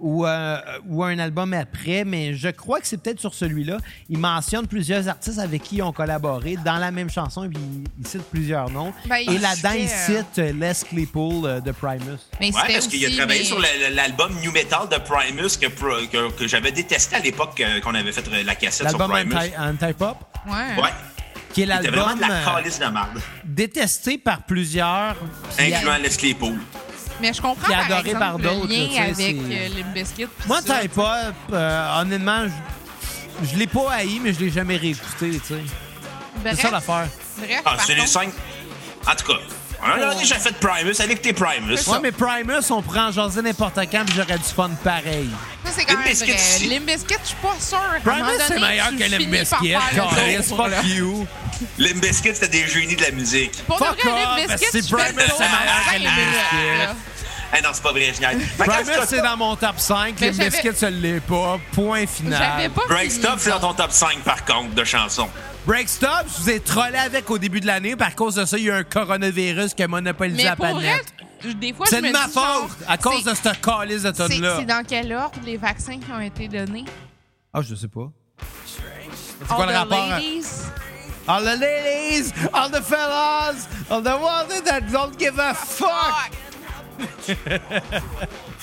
ou, euh, ou un album après, mais je crois que c'est peut-être sur celui-là. Il mentionne plusieurs artistes avec qui ils ont collaboré dans la même chanson, et puis il cite plusieurs noms.
Ben,
et
il
là-dedans, il
citait, euh,
cite euh, Les Claypool euh, de Primus.
Ouais,
Mais c'était
parce qu'il a
aussi,
travaillé
mais-
sur le- le- l'album New Metal de Primus que, pro- que, que j'avais détesté à l'époque euh, qu'on avait fait euh, la cassette sur
L'album
Primus.
Anti- Anti-Pop,
Ouais.
Ouais.
qui est
C'était vraiment
l'album
de la
euh,
calice de merde,
détesté par plusieurs. puis-
incluant Les Claypool.
Mais je comprends
Puis
par
adoré
exemple,
par d'autres,
le lien
là, tu sais,
avec
c'est-
euh, Limp Bizkit. pis
Moi,
ça.
Type Up, euh, honnêtement, je, je l'ai pas haï, mais je l'ai jamais réécouté, tu sais. C'est
Bref,
ça l'affaire.
Bref,
Ah,
par
c'est les
contre, Oh.
5. En tout cas, on a
Ouais.
déjà fait Primus, allez écouter Primus.
C'est
Ouais,
ça.
mais Primus, on prend jaser n'importe quand, puis j'aurais du fun pareil.
ça, c'est quand
Limp
même
Bizkit,
vrai.
c'est-
Limp Bizkit, je suis pas sûre. À un moment
Primus,
donné,
c'est meilleur
tu
que le
finis par
biscuit.
faire le
Carlis,
tour, là.
fuck you.
Limp Bizkit, c'était des génies de la musique.
Pour de
Fuck
vrai,
off,
Limp Bizkit,
Ben, c'est
tu fais le
Primus,
tour
c'est
à la
meilleur
fin,
que Limp
là.
Bizkit.
Ah non, c'est pas vrai, génial. Fait qu'en tout
Primus,
cas,
c'est dans mon top 5.
Mais
Les
j'avais-
biscuits, ça l'est pas. Point
J'avais
final.
pas
Break
fini,
Stuff, c'est
ça.
dans ton top 5, par contre, de chansons.
Break Stop, je vous ai trollé avec au début de l'année. Par cause de ça, il y a eu un coronavirus qui a monopolisé
Mais
la
pour vrai,
planète.
je- des fois,
C'est
je
de
me
ma
dis, genre,
faute à cause
c'est-
de ce calice de
c'est-
tonne-là.
C'est dans quel ordre les vaccins qui ont été donnés?
Ah, je sais pas. C'est
All
quoi le
the
rapport? euh, à-
ladies.
all the ladies, all the fellas, all the ones that don't give a fuck.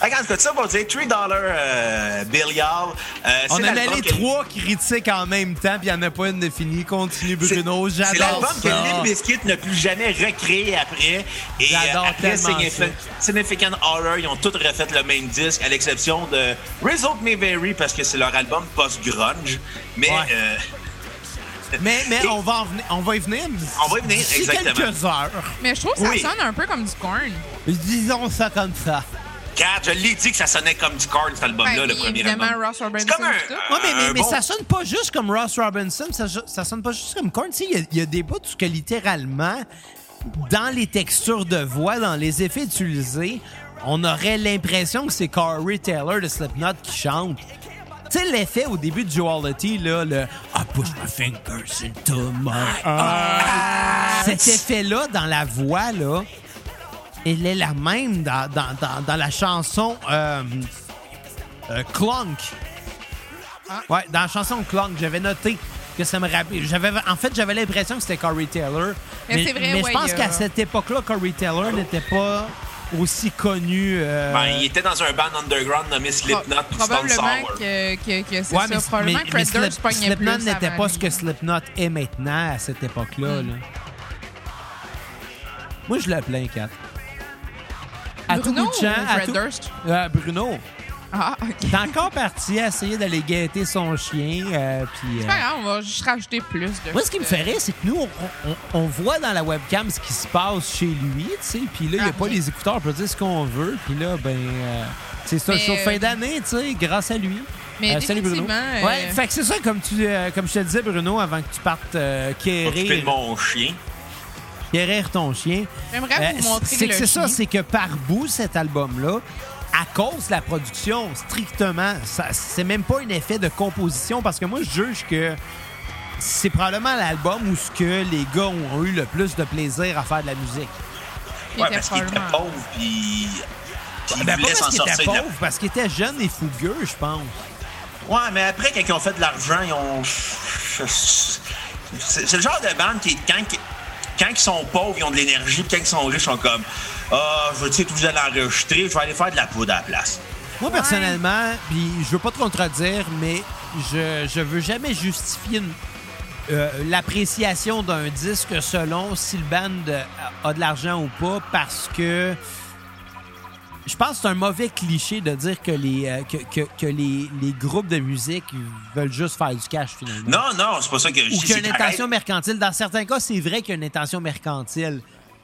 Regarde, c'est ça pour dire 3 dollars euh, Billiard. Euh, c'est
On en
l'album
a les
que-
trois critiques en même temps, puis il n'y en a pas une de finie. Continue,
c'est-
Bruno.
C'est
J'adore
l'album que
ça.
Limp Bizkit n'a plus jamais recréé après. Et euh,
J'adore
après
tellement
Significant, Significant Horror, ils ont tous refait le même disque, à l'exception de Result May Vary, parce que c'est leur album post-grunge. Mais
Ouais.
euh,
Mais, mais
Et-
on, va en venir, on va y venir.
On va y venir,
d'ici
exactement.
quelques heures.
Mais je trouve que ça
Oui.
sonne un peu comme du corn.
Disons ça comme ça.
Kat, je l'ai dit que ça sonnait comme du corn, cet album-là,
Ben,
Ouais,
le
puis
premier
évidemment,
album.
Ross Robinson,
C'est comme un,
tout ça.
Ouais, mais, mais,
un
mais
Euh, bon-
ça sonne pas juste comme Ross Robinson, ça, ça sonne pas juste comme Korn. Tu sais, Il y, a- il y a des bouts que littéralement, dans les textures de voix, dans les effets utilisés, on aurait l'impression que c'est Corey Taylor de Slipknot qui chante. Tu sais, l'effet au début de Duality, là, le I push my fingers into my eyes. Cet effet-là, dans la voix, là, elle est la même dans, dans, dans, dans la chanson euh, euh, Clunk.
Ah.
Ouais, dans la chanson Clunk, j'avais noté que ça me rappelait. J'avais, en fait, j'avais l'impression que c'était Corey Taylor.
Mais c'est vrai, ouais,
je pense
il y a-
qu'à cette époque-là, Corey Taylor n'était pas aussi connu. euh,
Ben, il était dans un band underground nommé
Pro-
Slipknot puis Stone
Ah, probablement
Sour.
que, que, que c'est
Ouais,
ça.
mais,
probablement
mais-
que
mais
Fred Durst
Slip-
pognait plus
Slipknot n'était
avant
pas ce
lui. Hmm.
que Slipknot est maintenant à cette époque-là. là. Moi, je le plains, Kat. À tout
Bruno
bout de champ,
ou
à
Fred
tout-
Durst?
Euh, Bruno.
Ah, OK.
T'es encore parti à essayer d'aller guetter son chien. euh, puis, euh,
Pas grave, on va juste rajouter plus de...
Moi, ce qui me fait rire, c'est que nous, on, on- on voit dans la webcam ce qui se passe chez lui, tu sais, puis là, il n'y a
Ah,
pas
ok.
les écouteurs pour dire ce qu'on veut, puis là, ben, euh, c'est ça,
Mais,
sur
euh,
fin d'année, tu sais, grâce à lui.
Mais
salut Bruno.
définitivement, euh,
Ouais, fait que c'est ça, comme, tu, euh, comme je te le disais, Bruno, avant que tu partes euh,
Occupé
quérir,
de mon chien.
quérir ton chien.
J'aimerais vous
Euh,
montrer
c'est que
le
c'est ça,
chien.
c'est que par bout, cet album-là, à cause de la production, strictement, ça- c'est même pas un effet de composition parce que moi, je juge que c'est probablement l'album où ce que les gars ont eu le plus de plaisir à faire de la musique.
Il
Ouais,
était
parce qu'il était
probablement-
pauvre, puis. puis
Ben,
il
pas
voulait s'en
parce qu'ils étaient
sortir de la
pauvres, parce qu'ils étaient jeunes et fougueux, je pense.
Ouais, mais après, quand ils ont fait de l'argent, ils ont. C'est c'est le genre de bande qui, quand, quand ils sont pauvres, ils ont de l'énergie, puis quand ils sont riches, ils sont comme Ah, je sais que vous allez enregistrer, je vais aller faire de la poudre à la place.
Moi, personnellement, puis je veux pas te contredire, mais je, je veux jamais justifier une- euh, l'appréciation d'un disque selon si le band euh, a de l'argent ou pas, parce que je pense que c'est un mauvais cliché de dire que les, euh, que, que- que les, les groupes de musique veulent juste faire du cash, finalement.
Non, non, c'est pas ça que je
Ou
dis.
qu'il y a
c'est
une
qu'arrête.
intention mercantile. Dans certains cas, c'est vrai qu'il y a une intention mercantile.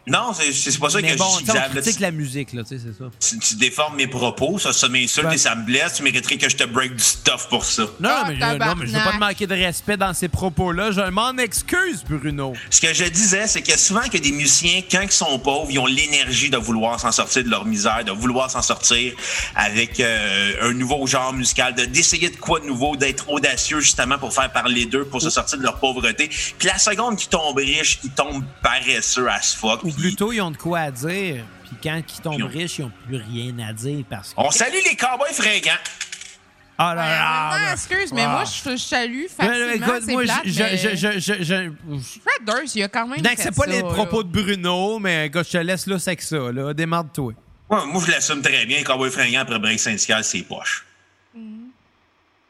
Non, c'est- c'est pas ça
Mais
que
bon,
je
tu sais,
dis.
on
Xav, là,
critique
tu,
la musique, là, tu sais, c'est ça.
tu- tu déformes mes propos, ça, ça m'insulte
Ben-
et ça me blesse. Tu mériterais que je te break du stuff pour ça.
Non,
Ah,
mais, je, non, mais je veux pas te
tabarnak.
manquer de respect dans ces propos-là. Je m'en excuse, Bruno.
Ce que je disais, c'est que souvent que des musiciens, quand ils sont pauvres, ils ont l'énergie de vouloir s'en sortir de leur misère, de vouloir s'en sortir avec euh, un nouveau genre musical, de d'essayer de quoi de nouveau, d'être audacieux justement pour faire parler d'eux, pour se sortir de leur pauvreté. Puis la seconde qu'ils tombent riches, ils tombent paresseux à ce fuck.
Ou
Puis
plutôt, ils ont de quoi à dire. Puis quand ils tombent
Ils ont-
riches, ils ont plus rien à dire parce que.
On salue les cowboys fringants.
Ah
Ouais, maintenant,
là.
Euh, excuse, mais
Ah.
moi, je, je salue
Mais,
facilement.
mais, écoute,
c'est
moi,
plate,
je. je,
mais
je, je, je, je-
Fred Durst, il a quand même.
je
fait
n'accepte pas
ça,
les
là.
propos de Bruno, mais gars, je te laisse là, c'est que ça, là. Démarre-toi.
Ouais, moi, je l'assume très bien. Les cowboys fringants après break syndical, c'est poche.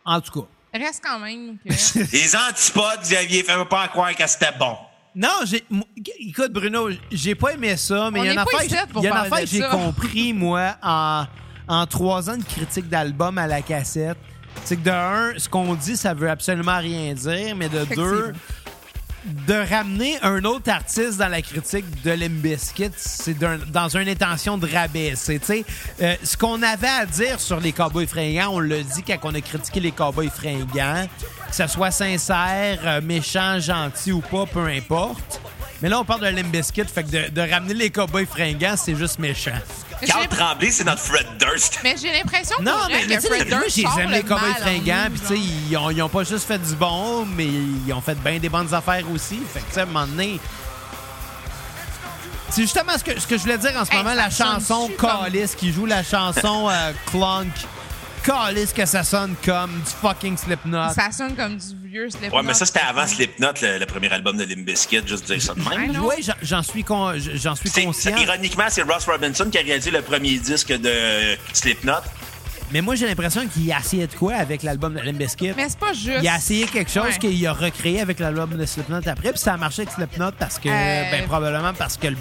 En tout cas.
Reste quand même. que-
Les antipodes, Xavier, fais pas croire que c'était bon.
Non, j'ai. m- Écoute, Bruno, j'ai pas aimé ça, mais
On
il y a une
est pas
affaire,
ici
que-
pour
il y a une
parler
affaire
de
que j'ai
ça.
compris, moi, en, en trois ans de critique d'album à la cassette. C'est que de un, ce qu'on dit, ça veut absolument rien dire, mais de deux,
Effectivement.
de ramener un autre artiste dans la critique de Limbiskit, c'est d'un- dans une intention de rabaisser. tu sais. Euh, ce qu'on avait à dire sur les Cowboys fringants, on le dit quand on a critiqué les Cowboys fringants, que ce soit sincère, euh, méchant, gentil ou pas, peu importe. Mais là, on parle de Limbiskit, fait que de, de ramener les Cowboys fringants, c'est juste méchant.
Mais j'ai-
Carl Tremblay, c'est notre Fred Durst.
Mais j'ai l'impression que.
Non,
pour
mais,
vrai,
mais
que
tu sais,
Fred
moi,
Durst
j'ai-
sort
j'aime
le
les Cowboys
mal en
fringants,
nous,
puis tu sais,
genre.
ils ont, ils ont pas juste fait du bon, mais ils ont fait bien des bonnes affaires aussi. Fait que, tu sais, à un moment donné. C'est justement ce que, ce que je voulais dire en ce
Hey,
moment,
ça
la
sonne
chanson
super.
Callis qui joue la chanson euh, Clunk. calisse que ça sonne comme du fucking Slipknot.
Ça sonne comme du vieux Slipknot.
Ouais, mais ça, c'était avant Slipknot, le, le premier album de Limp Bizkit, juste dire ça de
Ouais,
même.
non.
Oui, j'en- j'en suis, con- j'en suis
C'est-
conscient.
c'est- ironiquement, c'est Ross Robinson qui a réalisé le premier disque de Slipknot.
Mais moi, j'ai l'impression qu'il a essayé de quoi avec l'album de Limp Bizkit.
Mais c'est pas juste.
Il a essayé quelque chose
Ouais.
qu'il a recréé avec l'album de Slipknot après, puis ça a marché avec Slipknot parce que,
Euh,
ben, probablement parce que le-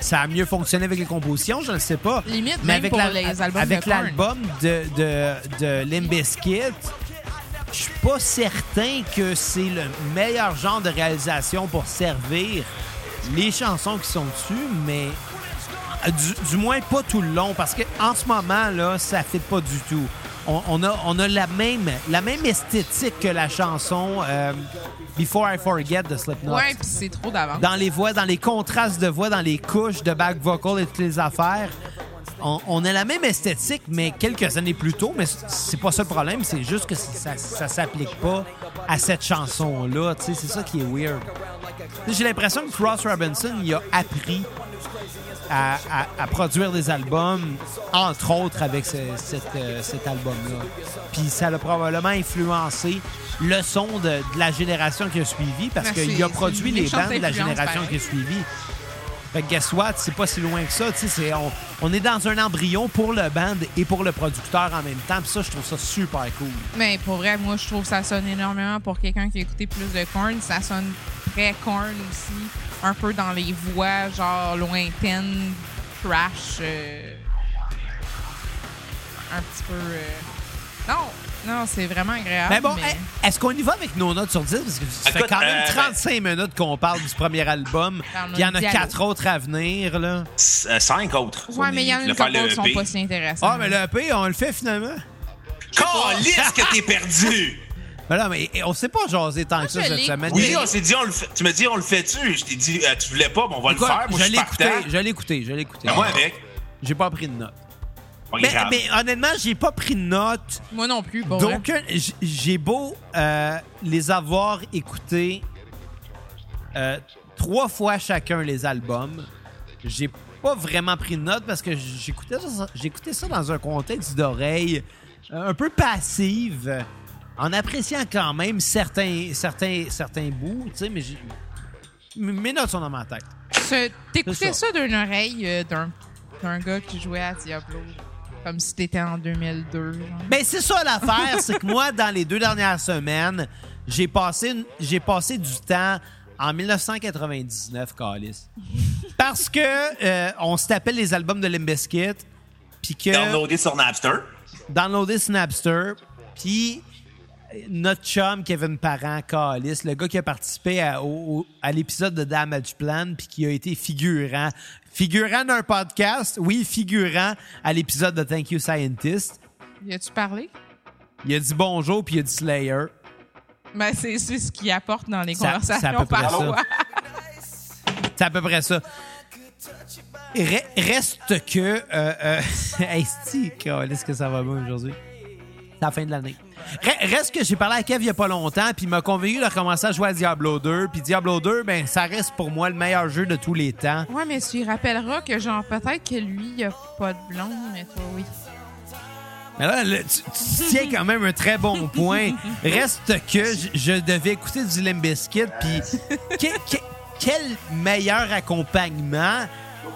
ça a mieux fonctionné avec les compositions, je ne sais pas.
Limite,
Mais
même
avec
pour
la-
les albums
avec
de Korn.
l'album de, de, de Limp Bizkit, je suis pas certain que c'est le meilleur genre de réalisation pour servir les chansons qui sont dessus, mais Euh, du, du moins pas tout le long, parce que en ce moment là, ça fit pas du tout. On, on a, on a la même, la même esthétique que la chanson euh, Before I Forget de Slipknot.
Ouais, puis c'est trop d'avance.
Dans les voix, dans les contrastes de voix, dans les couches de back vocal et toutes les affaires, on, on a la même esthétique, mais quelques années plus tôt. Mais c'est pas ça le problème, c'est juste que ça, ça s'applique pas à cette chanson là. Tu sais, c'est ça qui est weird. J'ai l'impression que Ross Robinson, il a appris à, à- à produire des albums, entre autres avec ce- cette, euh, cet album-là. Puis ça l'a probablement influencé le son de, de la génération qui a suivi, parce
Ben,
qu'il
c'est-
a produit
c'est
les
une méchante
bandes de la
influence,
génération
pareil.
qui a suivi. Fait que guess what, c'est pas si loin que ça. tu sais, c'est- On, on est dans un embryon pour le band et pour le producteur en même temps. Puis ça, je trouve ça super cool.
Mais pour vrai, moi, je trouve que ça sonne énormément pour quelqu'un qui a écouté plus de corn. Ça sonne très corn aussi, un peu dans les voix, genre lointaines, trash. euh, un petit peu. euh, Non, non, c'est vraiment agréable.
Mais Ben bon, hey, est-ce qu'on y va avec nos notes sur 10? Parce que ça fait
Écoute,
quand même
euh,
35 minutes qu'on parle du premier album.
Parle-nous
puis Il y en a
du dialogue.
quatre autres à venir. Là.
C- euh, Cinq autres.
Ouais, mais il y en a une
pas
couple qui sont pas si intéressants.
Ah, mais le EP, on le fait finalement?
Calisse que t'es perdu!
Mais non, mais eh, on s'est pas jasé tant que ça
je
cette
l'ai
semaine.
Oui,
Mais-
on s'est dit, on le fait. Tu me dis, on le fait-tu? Je t'ai dit, euh, tu voulais pas, mais on va le
Écoute,
faire. Moi, je
je
suis
l'ai écouté,
partant.
je l'ai écouté, je l'ai écouté.
Ben, Moi, avec.
J'ai pas pris de notes.
Pas
Mais,
grave.
mais honnêtement, j'ai pas pris de notes.
Moi non plus, bon.
Donc, euh, j- j'ai beau euh, les avoir écoutés euh, trois fois chacun les albums, j'ai pas vraiment pris de notes parce que j'écoutais ça, j'écoutais ça dans un contexte d'oreille euh, un peu passive, euh, en appréciant quand même certains, certains, certains bouts, tu sais, mais j'ai- m- mes notes sont dans ma tête.
Ce- T'écoutais
C'est ça.
ça, d'une oreille euh, d'un d'un gars qui jouait à Diablo. Comme si t'étais en 2002. genre.
Ben c'est ça l'affaire, c'est que moi dans les deux dernières semaines, j'ai passé une- j'ai passé du temps en 1999 Calis. Parce que euh, on se tapait les albums de Limp Bizkit puis que
euh,
Downloadé sur Napster.
downloadé Snapster, puis euh, notre chum Kevin Parent, Calis, le gars qui a participé à, au- au- à l'épisode de Damage Plan, puis qui a été figurant. Figurant d'un podcast, oui, figurant à l'épisode de Thank You Scientist.
Y a-tu parlé?
Il a dit bonjour, puis il a dit Slayer.
Ben, c'est c'est ce qu'il apporte dans les
Ça- c'est à peu
conversations
près
parfois.
C'est à peu près ça. Re- reste que... Euh, euh, hey, sti, câlisse que ça va bien aujourd'hui? C'est la fin de l'année. Re- Reste que j'ai parlé à Kev il n'y a pas longtemps, puis il m'a convaincu de commencer à jouer à Diablo 2. Puis Diablo 2, ben, ça reste pour moi le meilleur jeu de tous les temps.
Ouais, mais tu lui rappelleras que, genre, peut-être que lui, il a pas de blonde, mais toi, oui.
Mais là, le- tu, tu tiens quand même un très bon point. Reste que je, je devais écouter du Limbiskit, puis que- que- quel meilleur accompagnement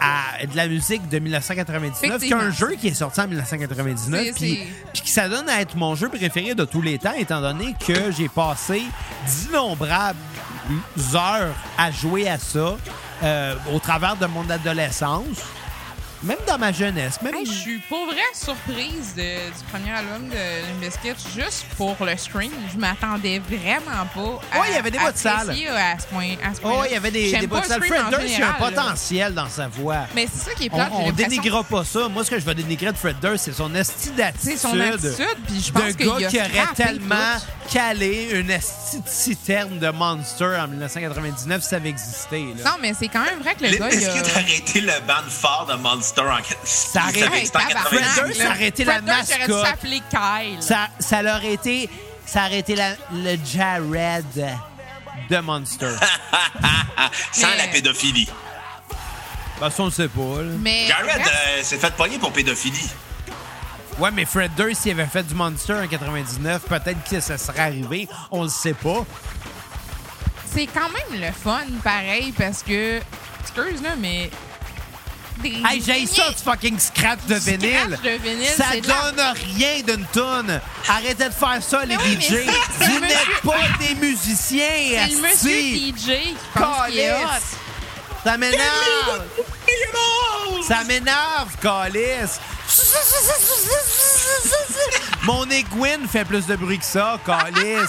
à de la musique de 1999
Effectivement.
qu'un jeu qui est sorti en 1999,
C'est-
puis
c'est-
puis qui ça donne à être mon jeu préféré de tous les temps, étant donné que j'ai passé d'innombrables heures à jouer à ça euh, au travers de mon adolescence, même dans ma jeunesse, même
Hey, je suis pour vrai surprise de- du premier album de Limp Bizkit juste pour le scream. Je m'attendais vraiment pas à.
Ouais, il y avait des voix de salle.
apprécier, euh, À ce point. À ce
Oh,
point
il y avait des, des bouts de salle. Fred Durst, il y a un potentiel dans sa voix.
Mais c'est ça qui est
On,
plate. j'ai
on
l'impression-
dénigrera pas ça. Moi, ce que je vais dénigrer de Fred Durst, c'est son esti d'attitude.
C'est son attitude, puis je pense
de
qu'il
gars
a
qui aurait
frappé
tellement
tout.
calé une esti de citerne de Monster en 1999 si ça avait existé. là.
Non, mais c'est quand même vrai que le
Limp
gars, il
Bizkit a
a.
arrêté le band fort de Monster en Ça
arrête-
Hey, bah,
Fred
tabarnak,
Durst
là.
a arrêté la
Fred Durst, il aurait dû
mascotte.
s'appeler Kyle.
Ça, ça leur aurait été, ça aurait été la- le Jared de Monster.
Sans
Mais-
la pédophilie.
ben, ça, on le sait pas. là.
Mais
Jared
bref,
euh, s'est fait pogner pour pédophilie.
Ouais, mais Fred 2, s'il avait fait du Monster en 99, peut-être que ça serait arrivé. On le sait pas.
C'est quand même le fun, pareil, parce que. Excuse, là, mais. Des
Hey, j'ai ça, du fucking scratch de
Scratch
vinyle.
de vinyle,
ça
c'est de la-
donne rien d'une tonne. Arrêtez de faire ça, les
Mais oui,
DJ.
mais ça, c'est
Vous
le
n'êtes
monsieur-
pas des musiciens,
C'est le
asti.
monsieur DJ qui pense qu'il est hot.
Calisse. Ça m'énerve. Ça m'énerve, Calis. Mon aiguine fait plus de bruit que ça, Calis.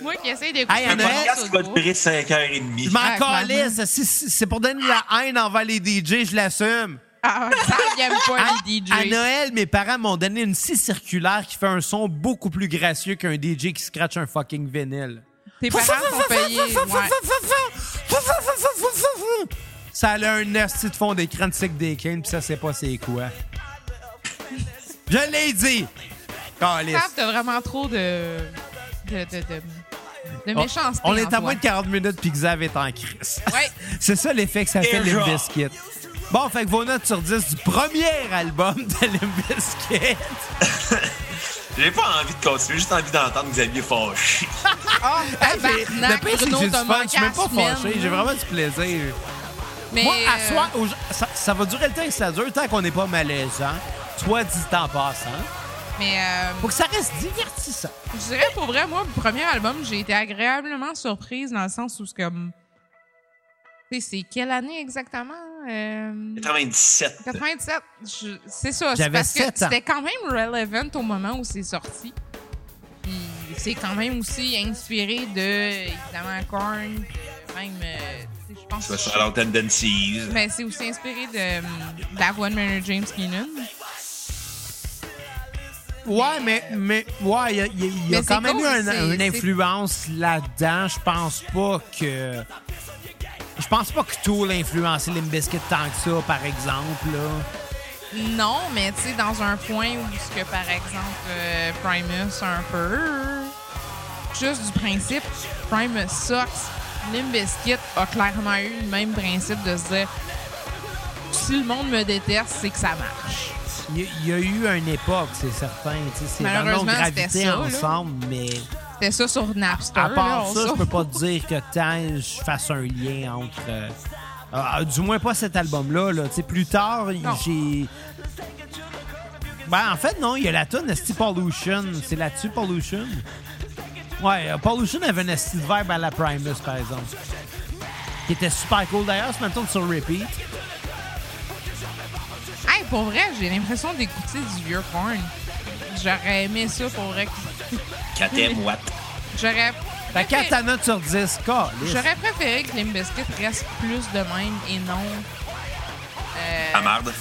Moi qui essaie d'écouter
Hey,
un
Un
Noël,
podcast qui va
groupe.
durer 5h30.
Je m'en
Ah, clairement.
calisse. Si- si- C'est pour donner de la haine envers les DJ, je l'assume.
Ah, ça, il aime pas
À,
les DJ.
Ah, à Noël, mes parents m'ont donné une scie circulaire qui fait un son beaucoup plus gracieux qu'un DJ qui scratche un fucking vinyle.
Tes parents sont payés. ouais.
Ça a un esti de fond d'écran de cycle des canes, puis ça, c'est pas c'est quoi. Je l'ai dit! Calisse.
Sam, t'as vraiment trop de. de, de, de, de
On-
méchanceté.
Oh, On est
en
à moins de 40 minutes, puis Xav est en crise.
Ouais.
C'est ça l'effet que ça fait
Déjà.
Limp Bizkit. Bon, fait que vos notes sur 10 du premier album de Limp Bizkit.
J'ai pas envie de continuer, j'ai juste envie d'entendre Xavier fâché.
Ah,
Le
tabarnak,
pire, c'est que
Bruno,
j'ai du
t'as
fun. Je
manqué
suis même
la
pas
semaine,
fâché. J'ai
là.
vraiment du plaisir.
Mais,
Moi, à
euh,
soi, au- ça, ça va durer le temps que ça dure, tant qu'on n'est pas malaisant. Soit dit en passant.
Mais euh,
Pour hein. que ça reste divertissant.
je dirais, pour vrai, moi, le premier album, j'ai été agréablement surprise dans le sens où c'est comme. Tu sais, c'est quelle année exactement? Euh,
97.
97. je- C'est ça. c'est
J'avais
parce que
sept ans.
c'était quand même relevant au moment où c'est sorti. Puis c'est quand même aussi inspiré de, évidemment, Korn. Même, euh, tu sais, je pense
Ça,
que
c'est alors Tendencies.
Ben, c'est aussi inspiré de, hum, de la voix de Mary James Keenan.
Ouais, mais, mais ouais, il y a- il y a, il y a
Mais
quand
c'est
même
cool,
eu un-
c'est-
une
c'est-
influence là-dedans. Je pense pas que. Je pense pas que Tool a influencé Limbiskit tant que ça, par exemple. Là.
Non, mais tu sais, dans un point où, ce que, par exemple, euh, Primus, un peu. Juste du principe, Primus sucks. Limbiskit a clairement eu le même principe de se dire si le monde me déteste, c'est que ça marche.
Il y a- il y, a eu une époque, c'est certain. tu sais, C'est vraiment
Malheureusement, c'était
gravité
ça, là.
ensemble, mais.
C'était ça sur Napster.
À
là,
part
on
ça, je
sort-
peux pas te dire que tant je fasse un lien entre. euh, euh, du moins pas cet album-là. Là. Tu sais, Plus tard, il-
Non.
j'ai. Ben, en fait, non, il y a la tune Esti Pollution. C'est là-dessus, Pollution? Ouais, euh, Pollution avait un esti de vibe à la Primus, par exemple. Qui était super cool. D'ailleurs, c'est maintenant sur repeat.
Hey, pour vrai, j'ai l'impression d'écouter du vieux porn. J'aurais aimé ça pour vrai.
Katem Watt.
J'aurais.
Fait
préféré-
4 notes sur 10, câlisse.
J'aurais préféré que Limbiskit reste plus de même et non.
Ah merde.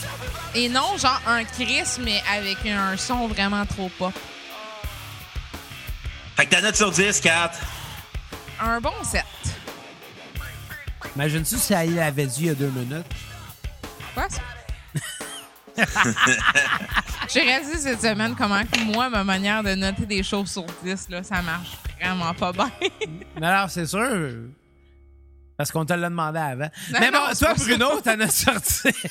Et non, genre un Chris, mais avec un son vraiment trop pop.
Fait que ta note sur 10, 4.
Un bon set.
Imagine-tu si elle l'avait dit il y a deux minutes?
Quoi, ça? J'ai réalisé cette semaine comment que moi, ma manière de noter des choses sur 10, là, ça marche vraiment pas bien.
Mais alors, c'est sûr. Parce qu'on te l'a demandé avant.
Non,
Mais bon,
non, c'est
toi,
pas ça.
Bruno, t'en as sorti.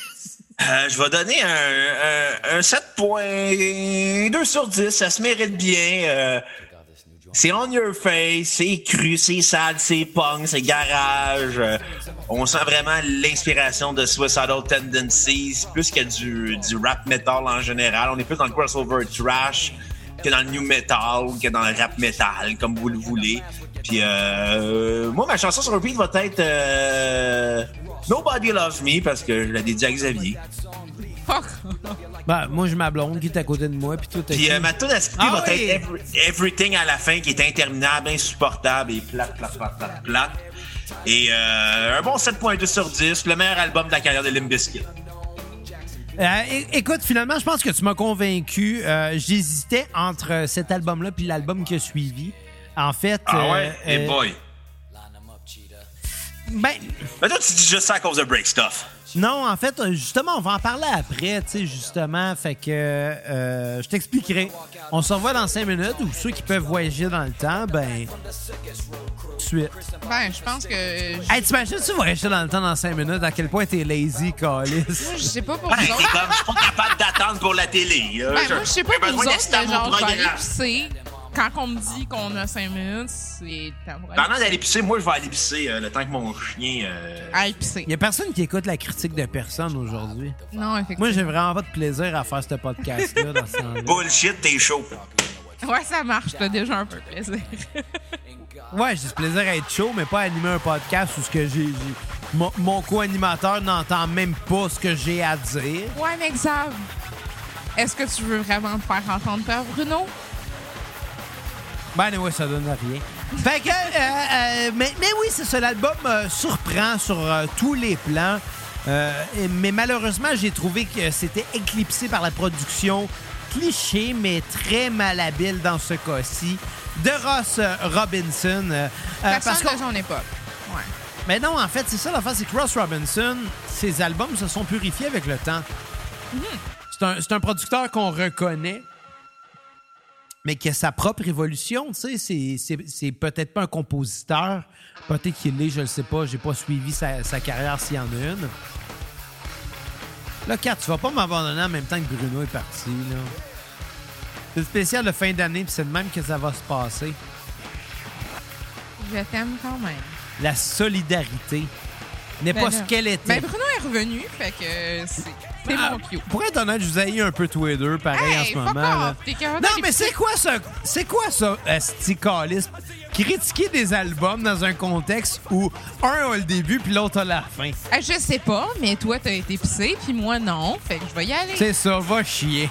Euh, je vais donner un, un, un 7.2 sur 10. Ça se mérite bien. euh, c'est on your face, c'est cru, c'est sale, c'est punk, c'est garage. euh, on sent vraiment l'inspiration de Suicidal Tendencies plus que du, du rap metal en général. On est plus dans le crossover trash que dans le new metal ou que dans le rap metal, comme vous le voulez. Puis euh, moi, ma chanson sur repeat va être euh, Nobody Loves Me parce que je la dédie à Xavier.
Fuck.
ben, moi, j'ai ma blonde qui est à côté de moi, puis toi, t'as.
Puis
qui?
euh, ma tune à skipper
Ah
va
oui!
être Every- Everything à la fin, qui est interminable, insupportable et plate, plate, plate, plate, plate. Et euh, un bon 7.2 sur 10, le meilleur album de la carrière de Limbiskit.
Euh, é- écoute, finalement, je pense que tu m'as convaincu. Euh, J'hésitais entre cet album-là puis l'album qui a suivi. En fait. euh, euh,
Ah boy.
ben,
Mais toi, tu dis juste ça à cause de Break Stuff.
Non, en fait, euh, justement, on va en parler après, tu sais, justement. Fait que euh, je t'expliquerai. On se revoit dans cinq minutes ou ceux qui peuvent voyager dans le temps, ben. tout de Suite.
Ben, je pense que. euh,
Hey, t'imagines-tu voyager dans le temps dans cinq minutes à quel point t'es lazy, Calis?
Je je sais pas pour
Ben,
vous
c'est
autres.
comme, je suis pas capable d'attendre pour la télé. euh,
Ben, moi, je sais pas
j'ai
pour vous
besoin
autres,
d'assister à
mais
mon
genre, je vais aller
programme.
pisser. Quand on me dit qu'on a 5 minutes, c'est le temps pour aller
Pendant d'aller pisser, moi, je vais aller pisser euh, le temps que mon chien. euh,
aller pisser.
Il y a personne qui écoute la critique de personne aujourd'hui.
Non, effectivement.
Moi, j'ai vraiment pas de plaisir à faire ce podcast-là dans ce temps-là.
Bullshit, t'es chaud.
Ouais, ça marche, t'as déjà un peu de plaisir.
Ouais, j'ai du plaisir à être chaud, mais pas à animer un podcast où ce que j'ai. j'ai- Mon, mon co-animateur n'entend même pas ce que j'ai à dire.
ouais, mais Xav, est-ce que tu veux vraiment te faire entendre par
Euh,
Bruno?
Ben, anyway, ça donne rien. Fait que, euh, euh, mais, mais oui, c'est ça. L'album euh, surprend sur euh, tous les plans. Euh, et- mais malheureusement, j'ai trouvé que c'était éclipsé par la production cliché, mais très malhabile dans ce cas-ci, de Ross euh, Robinson. euh, euh,
Personne
qu'on-
de son époque. Ouais.
Mais non, en fait, c'est ça l'affaire, c'est que Ross Robinson, ses albums se sont purifiés avec le temps.
Mhm.
C'est un- C'est un, producteur qu'on reconnaît, mais qui a sa propre évolution, tu sais. c'est- c'est- C'est peut-être pas un compositeur, peut-être qu'il l'est, je le sais pas, j'ai pas suivi sa, sa carrière s'il y en a une. Là, Kat, tu vas pas m'abandonner en même temps que Bruno est parti, là. C'est spécial de fin d'année, puis c'est de même que ça va se passer.
Je t'aime quand même.
La solidarité n'est
Ben
pas
là.
ce qu'elle était.
Ben, Bruno est revenu, fait que c'est c'est
Ah,
mon pio.
Pour être honnête, je vous haïs un peu tous les deux, pareil,
Hey,
en ce
fuck
moment. là.
off, t'es capable
Non,
d'aller
mais c'est quoi ça? C'est quoi ça, esti calisme? Critiquer des albums dans un contexte où un a le début puis l'autre a la fin.
Ah, je sais pas, mais toi, t'as été pissé, puis moi, non. Fait que je vais y aller.
C'est ça, va chier.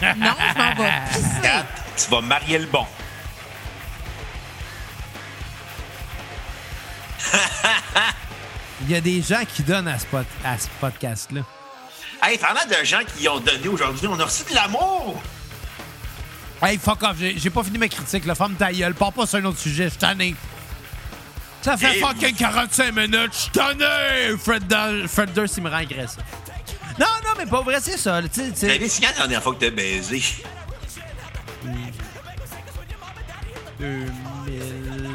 Non, je m'en vais pisser.
Ah,
Kat, tu vas marier le bon.
Il y a des gens qui donnent à ce, pod- à ce podcast-là.
Hey, parlant de gens qui ont donné aujourd'hui, on a reçu de l'amour.
Hey, fuck off, j'ai j'ai pas fini ma critique, la femme ta gueule. Pars pas sur un autre sujet, je suis tanné. Ça fait
Et-
fucking 45 minutes, je suis tanné! Fred, Dal- Fred Durst, il me rend agressif. Non, non, mais pas vrai, c'est ça. tu sais- tu sais-
T'avais signé la dernière fois que t'as baisé.
2016?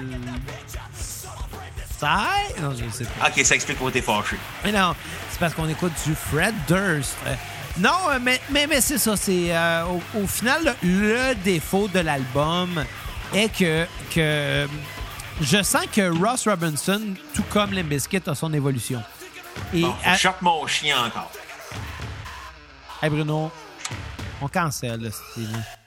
Non, je ne sais pas.
Ok, ça explique pourquoi t'es fâché.
Mais non, c'est parce qu'on écoute du Fred Durst. Euh, non, euh, mais, mais, mais c'est ça. C'est, euh, au, au final, le, le défaut de l'album est que, que je sens que Ross Robinson, tout comme les Biscuits, a son évolution. Et euh,
Bon, faut
à-
que je chope mon chien encore.
Hey Bruno, on cancelle, là, ce style.